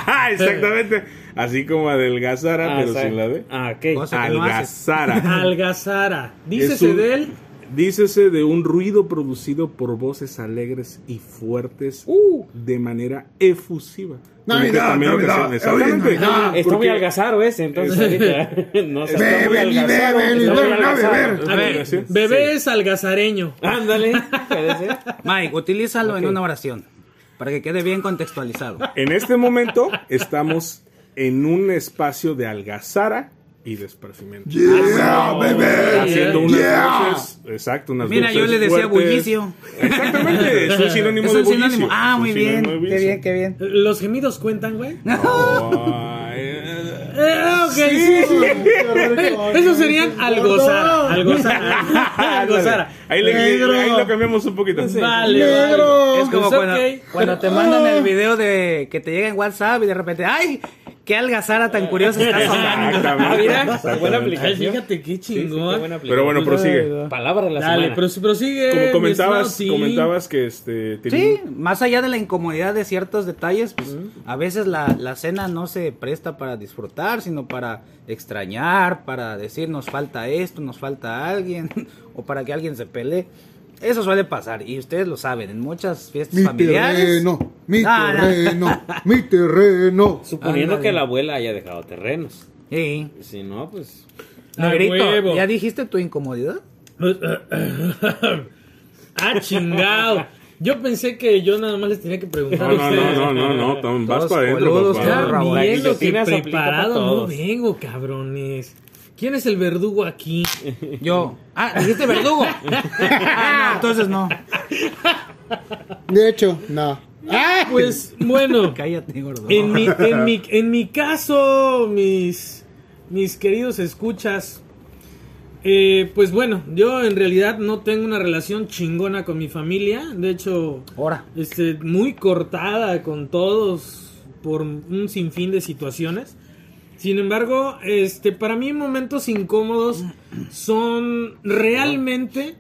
Speaker 4: Ah, Exactamente. Así como adelgazara, pero
Speaker 3: Ah,
Speaker 4: sin la D.
Speaker 6: Pues
Speaker 3: Ah, ok.
Speaker 1: Cosa que no haces.
Speaker 4: Algazara.
Speaker 6: Algazara.
Speaker 4: Es
Speaker 6: Dícese
Speaker 4: un-
Speaker 6: de él.
Speaker 4: Dícese de un ruido producido por voces alegres y fuertes
Speaker 6: Uh,
Speaker 1: Uh.
Speaker 4: de manera efusiva.
Speaker 2: Navidad,
Speaker 4: Completamente
Speaker 2: Navidad,
Speaker 4: ocasión- Exactamente.
Speaker 2: Navidad, Navidad.
Speaker 4: Porque-
Speaker 3: Está muy algazaro ese, entonces ahorita. No sé, está muy
Speaker 2: Beben y
Speaker 3: algazaro,
Speaker 2: beben y
Speaker 3: está muy
Speaker 2: beben, no
Speaker 3: algazaro.
Speaker 2: beber.
Speaker 6: A ver,
Speaker 4: Sí.
Speaker 6: bebé es algazareño.
Speaker 3: Ándale, puede ser.
Speaker 1: Mike, utilízalo en una oración para que quede bien contextualizado.
Speaker 4: En este momento estamos en un espacio de algazara y desparcimiento. Ah,
Speaker 2: Yeah, baby.
Speaker 4: Haciendo unas
Speaker 2: Yeah.
Speaker 4: voces- exacto, unas
Speaker 1: Mira, yo
Speaker 4: voces
Speaker 1: le decía
Speaker 4: fuertes.
Speaker 1: bullicio.
Speaker 4: Exactamente, es un sinónimo
Speaker 1: Es
Speaker 4: de
Speaker 1: un
Speaker 4: bullicio.
Speaker 1: sinónimo. Ah,
Speaker 4: Es un
Speaker 1: muy bien.
Speaker 4: sinónimo de
Speaker 1: Qué
Speaker 4: bullicio.
Speaker 1: bien, qué bien.
Speaker 6: ¿Los gemidos cuentan, güey?
Speaker 4: Oh, eh,
Speaker 6: Eh, ok, sí, sí. Esos serían algozara. Algozara. algozara.
Speaker 4: Ahí, le,
Speaker 2: Negro.
Speaker 4: ahí lo cambiamos un poquito.
Speaker 6: Vale,
Speaker 2: Negro.
Speaker 6: vale.
Speaker 1: Es como
Speaker 6: Pues,
Speaker 1: cuando,
Speaker 6: ok.
Speaker 1: cuando te mandan el video de que te llega en WhatsApp y de repente, ¡ay! ¡Qué algazara tan curiosa está sonando!
Speaker 6: Ah,
Speaker 4: Exactamente.
Speaker 6: mira, buena
Speaker 4: Exactamente.
Speaker 6: aplicación.
Speaker 5: Ay, fíjate qué chingón.
Speaker 4: Pero bueno, prosigue.
Speaker 3: Palabra de la
Speaker 5: Dale,
Speaker 3: semana.
Speaker 5: pros- prosigue. mi
Speaker 4: Como comentabas,
Speaker 5: estimado Tim.
Speaker 4: comentabas que este
Speaker 1: Sí,
Speaker 4: tenía-
Speaker 1: más allá de la incomodidad de ciertos detalles, pues, a veces la, la cena no se presta para disfrutar, sino para extrañar, para decir nos falta esto, nos falta alguien, o para que alguien se pelee. Eso suele pasar, y ustedes lo saben, en muchas fiestas
Speaker 2: Mi
Speaker 1: familiares.
Speaker 2: terreno, mi
Speaker 1: Ah, no.
Speaker 2: terreno, mi terreno.
Speaker 3: Suponiendo
Speaker 1: Ándale.
Speaker 3: que la abuela haya dejado terrenos.
Speaker 1: Sí.
Speaker 3: Si no, pues.
Speaker 1: Negrito,
Speaker 6: huevo.
Speaker 1: ¿ya dijiste tu incomodidad?
Speaker 6: Ah, chingado. Yo pensé que yo nada más les tenía que preguntar
Speaker 4: No,
Speaker 6: a
Speaker 4: no,
Speaker 6: ustedes.
Speaker 4: no, no, no, no, vas
Speaker 1: Todos
Speaker 4: para adentro,
Speaker 1: coludos,
Speaker 4: papá.
Speaker 1: claro.
Speaker 6: Está
Speaker 1: Bravo.
Speaker 3: La
Speaker 6: bien lo que
Speaker 3: guillotina se aplica para
Speaker 6: preparado no
Speaker 3: todos.
Speaker 6: vengo, cabrones. ¿Quién es el verdugo aquí?
Speaker 1: Yo. Ah, dijiste verdugo. Ah, no, entonces no.
Speaker 2: De hecho, no.
Speaker 6: Pues bueno,
Speaker 1: Cállate, gordo.
Speaker 6: en mi, en mi, en mi caso, mis, mis queridos escuchas, eh, pues bueno, yo en realidad no tengo una relación chingona con mi familia. De hecho,
Speaker 1: Ahora.
Speaker 6: este, muy cortada con todos por un sinfín de situaciones. Sin embargo, este, para mí momentos incómodos son realmente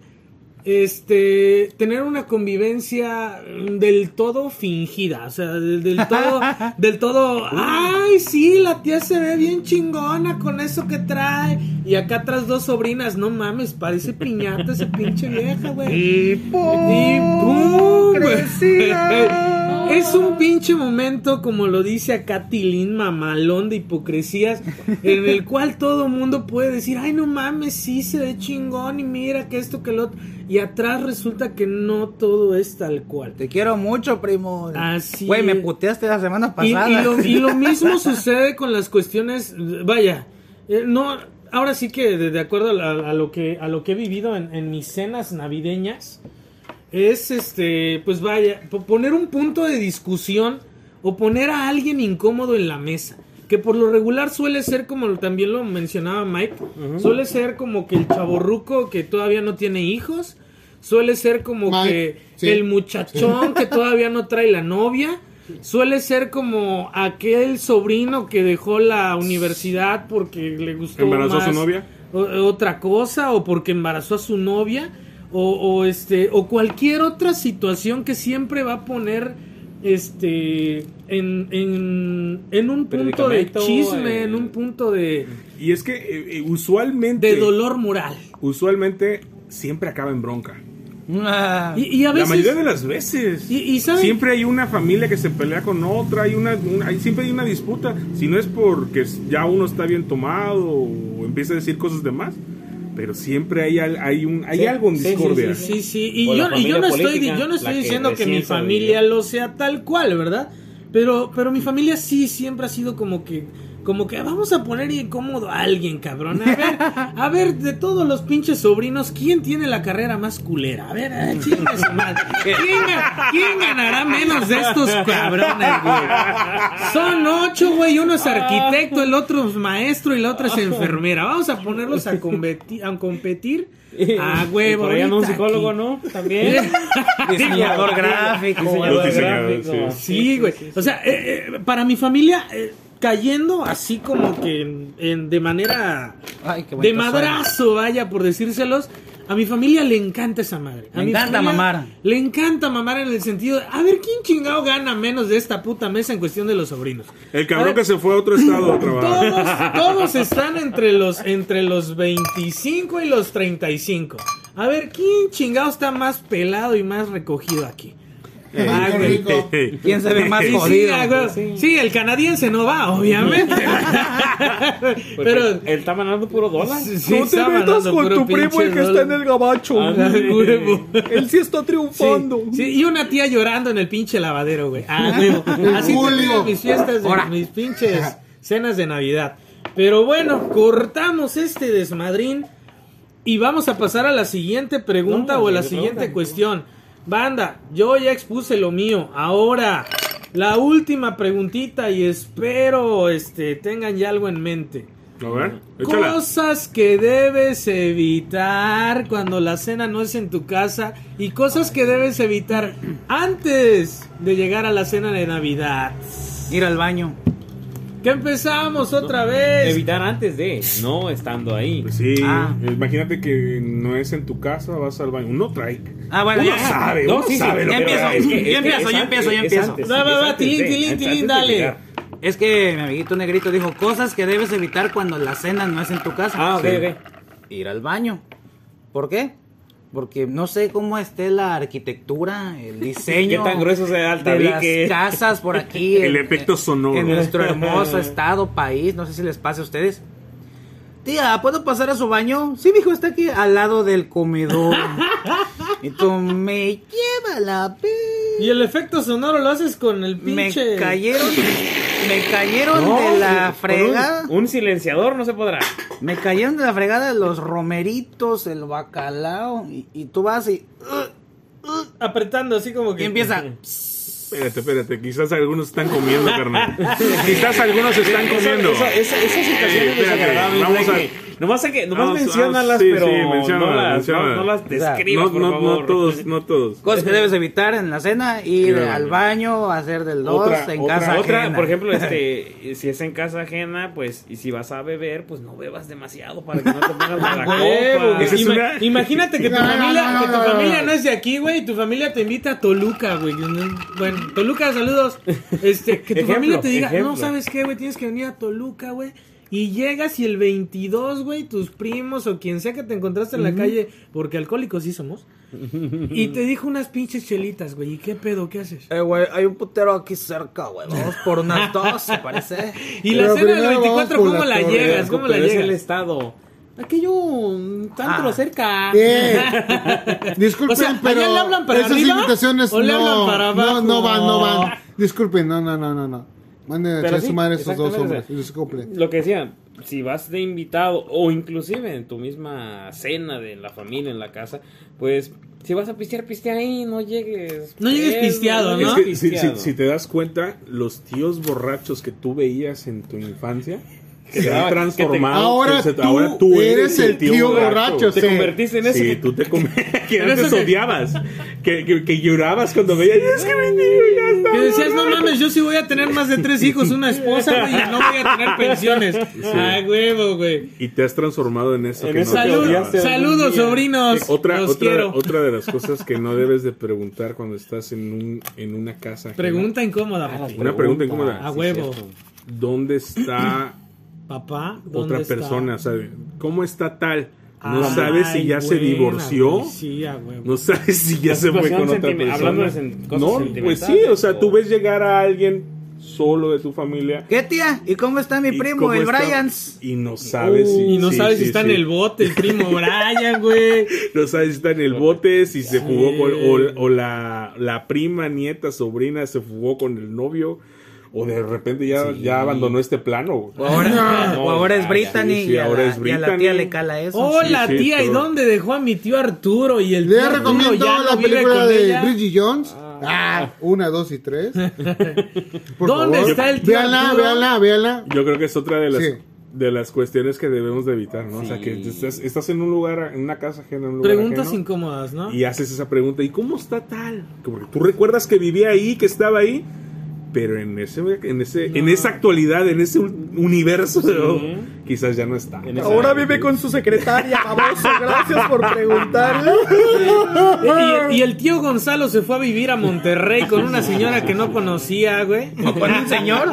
Speaker 6: este, tener una convivencia del todo fingida, o sea, del, del todo, del todo, ay, sí, la tía se ve bien chingona con eso que trae. Y acá atrás dos sobrinas, no mames, parece piñata esa pinche vieja, güey. Y ¡pum! Es un pinche momento, como lo dice acá Tilín, mamalón de hipocresías, en el cual todo mundo puede decir, ay, no mames, sí se ve chingón y mira que esto, que lo otro. Y atrás resulta que no todo es tal cual.
Speaker 1: Te quiero mucho, primo.
Speaker 6: Así
Speaker 1: Güey, me
Speaker 6: es.
Speaker 1: puteaste la semana
Speaker 6: Y,
Speaker 1: pasada.
Speaker 6: y lo, y lo mismo sucede con las cuestiones, vaya, eh, no, ahora sí que de, de acuerdo a, la- a lo que a lo que he vivido en, en mis cenas navideñas es este, pues vaya, po- poner un punto de discusión o poner a alguien incómodo en la mesa. Que por lo regular suele ser, como lo- también lo mencionaba Mike, suele ser como que el chaborruco que todavía no tiene hijos, suele ser como
Speaker 2: Mike,
Speaker 6: que
Speaker 2: sí.
Speaker 6: el muchachón que todavía no trae la novia. Suele ser como aquel sobrino que dejó la universidad porque le gustó
Speaker 4: ¿Embarazó a su
Speaker 6: más
Speaker 4: novia?
Speaker 6: o- otra cosa o porque embarazó a su novia o, o este o cualquier otra situación que siempre va a poner este en, en, en un punto de
Speaker 3: Predicamento,
Speaker 6: chisme,
Speaker 3: eh.
Speaker 6: en un punto de,
Speaker 4: Y es que eh, eh, usualmente
Speaker 6: de dolor moral.
Speaker 4: usualmente siempre acaba en bronca.
Speaker 1: Ah.
Speaker 6: Y, y a
Speaker 4: La mayoría
Speaker 6: veces
Speaker 4: de las veces.
Speaker 6: y, y ¿saben?
Speaker 4: Siempre hay una familia que se pelea con otra, hay una, un- hay- siempre hay una disputa. Si no es porque s- ya uno está bien tomado o empieza a decir cosas de más, pero siempre hay, al- hay, un, hay
Speaker 3: Sí,
Speaker 4: algo en
Speaker 3: sí, sí,
Speaker 4: discordia.
Speaker 6: Sí, sí, y
Speaker 3: O la
Speaker 6: yo, y yo
Speaker 3: familia
Speaker 6: no estoy,
Speaker 3: política,
Speaker 6: yo no estoy
Speaker 3: la que
Speaker 6: diciendo que
Speaker 3: recién
Speaker 6: mi
Speaker 3: sobrevivió.
Speaker 6: familia lo sea tal cual, ¿verdad? Pero, pero mi familia sí siempre ha sido como que, como que vamos a poner incómodo a alguien, cabrón. A ver, a ver, de todos los pinches sobrinos, ¿quién tiene la carrera más culera? A ver, eh, chinga su madre. ¿Quién, ga- quién ganará menos de estos cabrones, güey? Son ocho, güey, uno es arquitecto, el otro es maestro y la otra es enfermera. Vamos a ponerlos a, competi- a competir a huevo.
Speaker 3: Por allá no un
Speaker 6: ahorita
Speaker 3: psicólogo,
Speaker 6: Ah, aquí.
Speaker 3: ¿no? También.
Speaker 1: Diseñador gráfico.
Speaker 4: Los diseñadores,
Speaker 3: gráfico.
Speaker 4: sí.
Speaker 6: Sí, güey. O sea, eh, eh, para mi familia, eh, cayendo así como que en- en- de manera.
Speaker 1: Ay, qué
Speaker 6: de
Speaker 1: bonito suena.
Speaker 6: madrazo, vaya, por decírselos. A mi familia le encanta esa madre. A
Speaker 1: Le
Speaker 6: mi
Speaker 1: encanta
Speaker 6: familia
Speaker 1: mamar.
Speaker 6: Le encanta mamar en el sentido de, a ver, ¿quién chingado gana menos de esta puta mesa en cuestión de los sobrinos?
Speaker 4: El
Speaker 6: A
Speaker 4: cabrón
Speaker 6: ver,
Speaker 4: que se fue a otro estado a trabajar.
Speaker 6: todos, todos están entre los, entre los 25 y los 35. A ver, ¿quién chingado está más pelado y más recogido aquí? Ah,
Speaker 2: Qué
Speaker 6: güey.
Speaker 2: rico.
Speaker 1: ¿Quién se ve más
Speaker 6: Sí, sí,
Speaker 1: jodido?
Speaker 6: ah, güey.
Speaker 3: sí.
Speaker 6: Sí, el canadiense no va, obviamente. Pero.
Speaker 3: Pero él está ganando puro dólar.
Speaker 6: sí, sí,
Speaker 7: No te
Speaker 6: está
Speaker 7: metas
Speaker 6: mandando
Speaker 7: con
Speaker 6: puro
Speaker 7: tu primo
Speaker 6: pinche
Speaker 7: el que está en
Speaker 6: dólar.
Speaker 7: el gabacho.
Speaker 3: Ándale.
Speaker 7: Huevo. Él sí está
Speaker 6: Sí,
Speaker 7: triunfando.
Speaker 6: sí, y una tía llorando en el pinche lavadero, güey. Ah, huevo. Así
Speaker 2: Julio.
Speaker 6: tengo mis fiestas, de,
Speaker 1: Ahora.
Speaker 6: mis pinches cenas de Navidad. Pero bueno, cortamos este desmadrín y vamos a pasar a la siguiente pregunta
Speaker 3: No,
Speaker 6: o a la
Speaker 3: güey,
Speaker 6: siguiente
Speaker 3: no.
Speaker 6: cuestión. Banda, yo ya expuse lo mío. Ahora, la última preguntita y espero este, tengan ya algo en mente.
Speaker 4: A ver, échala.
Speaker 6: Cosas que debes evitar cuando la cena no es en tu casa y cosas que debes evitar antes de llegar a la cena de Navidad.
Speaker 1: Ir al baño.
Speaker 6: Que empezamos otra vez.
Speaker 3: Evitar antes de, no estando ahí.
Speaker 4: Pues sí,
Speaker 1: Ah.
Speaker 4: imagínate que no es en tu casa, vas al baño. Uno trae.
Speaker 1: Ah, bueno,
Speaker 4: uno
Speaker 1: ya.
Speaker 4: sabe,
Speaker 3: No,
Speaker 4: uno
Speaker 3: sí, sí,
Speaker 4: sabe lo
Speaker 1: ya
Speaker 4: que
Speaker 1: empiezo,
Speaker 4: trae.
Speaker 1: ya empiezo, ya empiezo, ya
Speaker 3: es
Speaker 1: empiezo.
Speaker 3: antes,
Speaker 6: Va,
Speaker 3: es
Speaker 6: va, va,
Speaker 3: antes
Speaker 6: tilín,
Speaker 3: de,
Speaker 6: tilín,
Speaker 3: antes
Speaker 6: tilín,
Speaker 3: de
Speaker 6: dale.
Speaker 3: llegar.
Speaker 1: Es que mi amiguito negrito dijo cosas que debes evitar cuando la cena no es en tu casa.
Speaker 3: Ah, ok,
Speaker 1: Sí.
Speaker 3: ok.
Speaker 1: Ir al baño. ¿Por qué? Porque no sé cómo esté la arquitectura, el diseño.
Speaker 3: Qué tan grueso sea el
Speaker 1: de las
Speaker 3: tabique.
Speaker 1: casas por aquí.
Speaker 4: El
Speaker 1: en-
Speaker 4: efecto sonoro.
Speaker 1: En nuestro hermoso estado, país. No sé si les pase a ustedes. Tía, ¿puedo pasar a su baño? Sí, mijo, está aquí al lado del comedor. y tú me lleva la pe-
Speaker 6: Y el efecto sonoro lo haces con el
Speaker 1: Me
Speaker 6: pinche.
Speaker 1: cayeron, me cayeron
Speaker 3: No,
Speaker 1: de la
Speaker 3: con un-
Speaker 1: fregada.
Speaker 3: Un, silenciador no se podrá.
Speaker 1: Me cayeron de la fregada los romeritos, el bacalao. Y, y tú vas y,
Speaker 6: Apretando así como que.
Speaker 1: y empieza.
Speaker 4: Espérate, espérate, quizás algunos están comiendo, carnal. quizás algunos están comiendo.
Speaker 3: Esa, esa, esa situación
Speaker 4: Ey,
Speaker 3: es
Speaker 4: espérate,
Speaker 3: desagradable.
Speaker 4: vamos
Speaker 3: Blacky.
Speaker 4: a-
Speaker 3: Nomás, hay que, nomás
Speaker 4: Vamos,
Speaker 3: menciónalas,
Speaker 4: sí,
Speaker 3: pero
Speaker 4: sí,
Speaker 3: no,
Speaker 4: menciónalas,
Speaker 3: las, no-
Speaker 4: menciónalas.
Speaker 3: no las describas,
Speaker 4: No,
Speaker 3: por
Speaker 4: no,
Speaker 3: favor.
Speaker 4: no todos, no todos.
Speaker 1: Cosas que debes evitar en la cena, ir
Speaker 4: Claro.
Speaker 1: al baño, hacer del dos,
Speaker 4: Otra,
Speaker 1: en
Speaker 4: otra,
Speaker 1: casa
Speaker 4: otra,
Speaker 1: ajena.
Speaker 3: Por ejemplo, este, si es en casa ajena, pues, y si vas a beber, pues no bebas demasiado para que no te pongas mala
Speaker 6: Huevo,
Speaker 3: copa.
Speaker 6: güey.
Speaker 4: Esa es
Speaker 6: Ima-
Speaker 4: una-
Speaker 6: Imagínate que tu
Speaker 2: No, no,
Speaker 6: familia,
Speaker 2: no,
Speaker 6: que tu
Speaker 2: no, no,
Speaker 6: familia
Speaker 2: no.
Speaker 6: no es de aquí, güey. Tu familia te invita a Toluca, güey. Bueno, Toluca, saludos. Este, que tu
Speaker 3: Ejemplo,
Speaker 6: familia te diga,
Speaker 3: ejemplo.
Speaker 6: no sabes qué, güey, tienes que venir a Toluca, güey. Y llegas y el 22, güey, tus primos o quien sea que te encontraste en la calle, porque alcohólicos sí somos, y te dijo unas pinches chelitas, güey. ¿Y qué pedo? ¿Qué haces?
Speaker 1: Eh, güey, hay un putero aquí cerca, güey. Vamos por unas dos, se parece.
Speaker 6: Y la
Speaker 2: Pero
Speaker 6: cena del
Speaker 2: primero vamos
Speaker 6: 24,
Speaker 2: por
Speaker 6: ¿cómo
Speaker 2: la
Speaker 6: la
Speaker 2: torre,
Speaker 6: llegas? ¿Cómo la
Speaker 3: Pero es el
Speaker 6: llegas?
Speaker 3: estado. Aquello un tanto
Speaker 1: Ah.
Speaker 3: cerca.
Speaker 2: Eh, Disculpen,
Speaker 6: O sea,
Speaker 2: pero
Speaker 6: ¿allá le hablan para
Speaker 2: esas
Speaker 6: arriba
Speaker 2: invitaciones
Speaker 6: o le
Speaker 2: no,
Speaker 6: hablan para
Speaker 2: no,
Speaker 6: abajo?
Speaker 2: no van, no van. Disculpen, no, no, no, no, no. Manden a
Speaker 3: Pero
Speaker 2: traer
Speaker 3: sí,
Speaker 2: su madre esos dos
Speaker 3: exactamente,
Speaker 2: hombres.
Speaker 3: o sea,
Speaker 2: Disculpen.
Speaker 3: Lo que decía, si vas de invitado o inclusive en tu misma cena de la familia, en la casa, pues si vas a pistear, pistea ahí, no llegues.
Speaker 6: No llegues
Speaker 3: pedo,
Speaker 6: pisteado,
Speaker 4: Es
Speaker 6: ¿no?
Speaker 4: que si, si-
Speaker 3: pisteado.
Speaker 4: si te das cuenta, los tíos borrachos que tú veías en tu infancia
Speaker 3: Que
Speaker 4: se
Speaker 3: te- que
Speaker 4: han
Speaker 3: te-
Speaker 4: transformado.
Speaker 2: Ahora
Speaker 4: se-
Speaker 2: tú eres el tío borracho.
Speaker 3: Te
Speaker 2: Sí.
Speaker 3: convertiste en ese
Speaker 4: Sí,
Speaker 3: que-
Speaker 4: tú te com- que
Speaker 6: Pero
Speaker 4: antes
Speaker 6: eso que-
Speaker 4: odiabas, que, que, que llorabas cuando veías. Es que mi tío ya está.
Speaker 6: Que decías, no mames, yo sí voy a tener más de tres hijos, una esposa, güey, y no voy a tener pensiones. Ah, huevo, güey.
Speaker 4: Y te has transformado en eso.
Speaker 3: En
Speaker 4: que no
Speaker 3: eso
Speaker 4: te
Speaker 6: Salud,
Speaker 4: odiabas.
Speaker 3: odiaste.
Speaker 6: saludos,
Speaker 3: día.
Speaker 6: sobrinos.
Speaker 4: Otra,
Speaker 6: Los
Speaker 4: otra,
Speaker 6: quiero.
Speaker 4: otra de las cosas que no debes de preguntar cuando estás en, un, en una casa. ajena.
Speaker 6: Pregunta incómoda, papi.
Speaker 4: Una pregunta incómoda.
Speaker 6: A huevo.
Speaker 4: ¿Dónde está
Speaker 6: Papá, ¿dónde
Speaker 4: otra
Speaker 6: está? Ah,
Speaker 4: persona? ¿Sabe? ¿Cómo está tal? No
Speaker 6: Ay,
Speaker 4: sabes si ya se
Speaker 6: buena,
Speaker 4: divorció.
Speaker 6: güey. Sí, a huevo.
Speaker 4: No sabes si ya
Speaker 3: La
Speaker 4: se fue
Speaker 3: situación
Speaker 4: con otra
Speaker 3: sentime-
Speaker 4: persona.
Speaker 3: hablando de sen- cosas
Speaker 4: no, pues sí,
Speaker 3: sentimentales,
Speaker 4: o sea, tú
Speaker 3: o-
Speaker 4: ves llegar a alguien solo de tu familia.
Speaker 1: ¿Qué, tía? ¿Y cómo está mi
Speaker 4: ¿Y
Speaker 1: primo,
Speaker 4: cómo
Speaker 1: el
Speaker 4: está?
Speaker 1: Bryans?
Speaker 4: Y no sabes si,
Speaker 6: Uh, y no
Speaker 4: sí,
Speaker 6: sabes
Speaker 4: sí,
Speaker 6: si está
Speaker 4: sí.
Speaker 6: en el bote, el primo Brian, güey.
Speaker 4: No sabes si está en el bote, si se jugó con. O, o la, la prima, nieta, sobrina se jugó con el novio. O de repente ya, ya abandonó este plano.
Speaker 1: O ahora, o ahora es
Speaker 3: ya,
Speaker 1: Brittany,
Speaker 4: Ah, sí, sí,
Speaker 1: y, a
Speaker 4: ahora
Speaker 1: la, y
Speaker 4: es
Speaker 1: a la
Speaker 4: Brittany.
Speaker 1: tía le cala eso.
Speaker 6: Hola,
Speaker 4: sí,
Speaker 6: tía, ¿y
Speaker 4: todo.
Speaker 6: dónde dejó a mi tío Arturo? Y el tío
Speaker 2: Les
Speaker 6: Arturo
Speaker 2: recomiendo
Speaker 6: ya no
Speaker 2: la
Speaker 6: vive
Speaker 2: película
Speaker 6: con
Speaker 2: de
Speaker 6: ella.
Speaker 2: Bridget Jones. Ah, una, dos y tres. Por
Speaker 6: ¿Dónde
Speaker 2: favor.
Speaker 6: está el tío
Speaker 2: Véanla,
Speaker 6: Arturo?
Speaker 2: véanla, véanla.
Speaker 4: Yo creo que es otra de las.
Speaker 2: Sí.
Speaker 4: De las cuestiones que debemos de evitar, ¿no? O sea,
Speaker 3: Sí.
Speaker 4: que estás, estás en un lugar, en una casa ajena, en un lugar
Speaker 6: Preguntas
Speaker 4: ajeno,
Speaker 6: incómodas, ¿no?
Speaker 4: y haces esa pregunta, ¿y cómo está tal? Porque tú recuerdas que vivía ahí, que estaba ahí, Pero en, ese, en, ese, en esa actualidad, en ese un- universo, quizás ya no está.
Speaker 3: En esa-
Speaker 7: Ahora vive con su secretaria, baboso. Gracias por preguntarle.
Speaker 6: Y, y el tío Gonzalo se fue a vivir a Monterrey con una señora que no conocía, güey.
Speaker 1: Con un señor.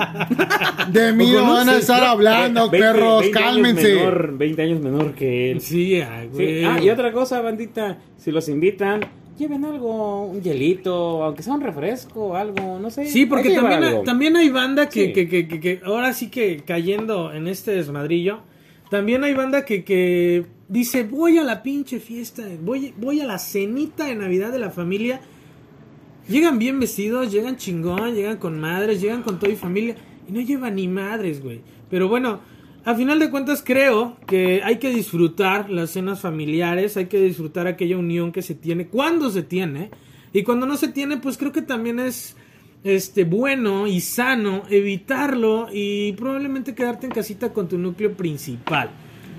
Speaker 2: De mí
Speaker 3: Con
Speaker 2: no
Speaker 3: un
Speaker 2: van a
Speaker 3: seis-
Speaker 2: estar hablando,
Speaker 3: 20,
Speaker 2: perros,
Speaker 3: 20 años
Speaker 2: cálmense.
Speaker 3: menor, 20 años menor que él.
Speaker 6: Sí, ah, güey.
Speaker 3: Sí, Ah, y otra cosa, bandita, si los invitan, lleven algo, un hielito, aunque sea un refresco, algo, no sé.
Speaker 6: Sí, porque
Speaker 3: hay que llevar
Speaker 6: también,
Speaker 3: algo.
Speaker 6: hay, también hay banda que,
Speaker 3: Sí.
Speaker 6: que, que, que- que ahora sí que cayendo en este desmadrillo, también hay banda que, que dice, voy a la pinche fiesta, voy, voy a la cenita de Navidad de la familia. Llegan bien vestidos, llegan chingón, llegan con madres, llegan con todo y familia. Y no llevan ni madres, güey. Pero bueno, a final de cuentas creo que hay que disfrutar las cenas familiares, hay que disfrutar aquella unión que se tiene, cuando se tiene. Y cuando no se tiene, pues creo que también es este bueno y sano evitarlo y probablemente quedarte en casita con tu núcleo principal.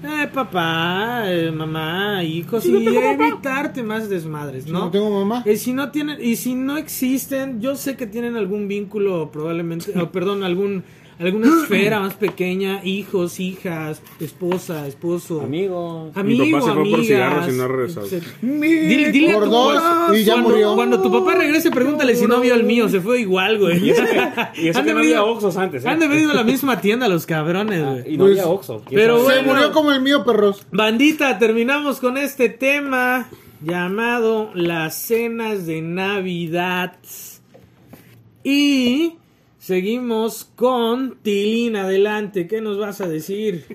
Speaker 6: Eh, papá, eh, mamá, hijos, y evitarte más desmadres,
Speaker 2: No, tengo mamá.
Speaker 6: y si no tienen, y si no existen, yo sé que tienen algún vínculo probablemente, o perdón, algún alguna esfera más pequeña, hijos, hijas, esposa, esposo,
Speaker 3: Amigos.
Speaker 6: amigo,
Speaker 4: Mi papá se fue por
Speaker 6: amigas,
Speaker 4: cigarros y no ha regresado.
Speaker 6: etcétera. Dile, dile a
Speaker 2: Mm, Por
Speaker 6: tu
Speaker 2: dos,
Speaker 6: papá,
Speaker 2: y ya
Speaker 6: cuando,
Speaker 2: murió.
Speaker 6: Cuando tu papá regrese, pregúntale si no vio el mío, se fue igual, güey.
Speaker 3: Y eso que, y eso
Speaker 6: Han
Speaker 3: que no
Speaker 6: de
Speaker 3: había
Speaker 6: haber-
Speaker 3: Oxxos antes. ¿eh?
Speaker 6: Han de haber ido a la misma tienda los cabrones,
Speaker 3: Ah,
Speaker 6: güey.
Speaker 3: Y no
Speaker 2: Pues,
Speaker 3: había Oxxo. quién
Speaker 6: pero
Speaker 2: Se
Speaker 3: sabe.
Speaker 6: bueno.
Speaker 2: murió como el mío, perros.
Speaker 6: Bandita, terminamos con este tema llamado las cenas de Navidad. Y seguimos con Tilín, adelante, ¿qué nos vas a decir?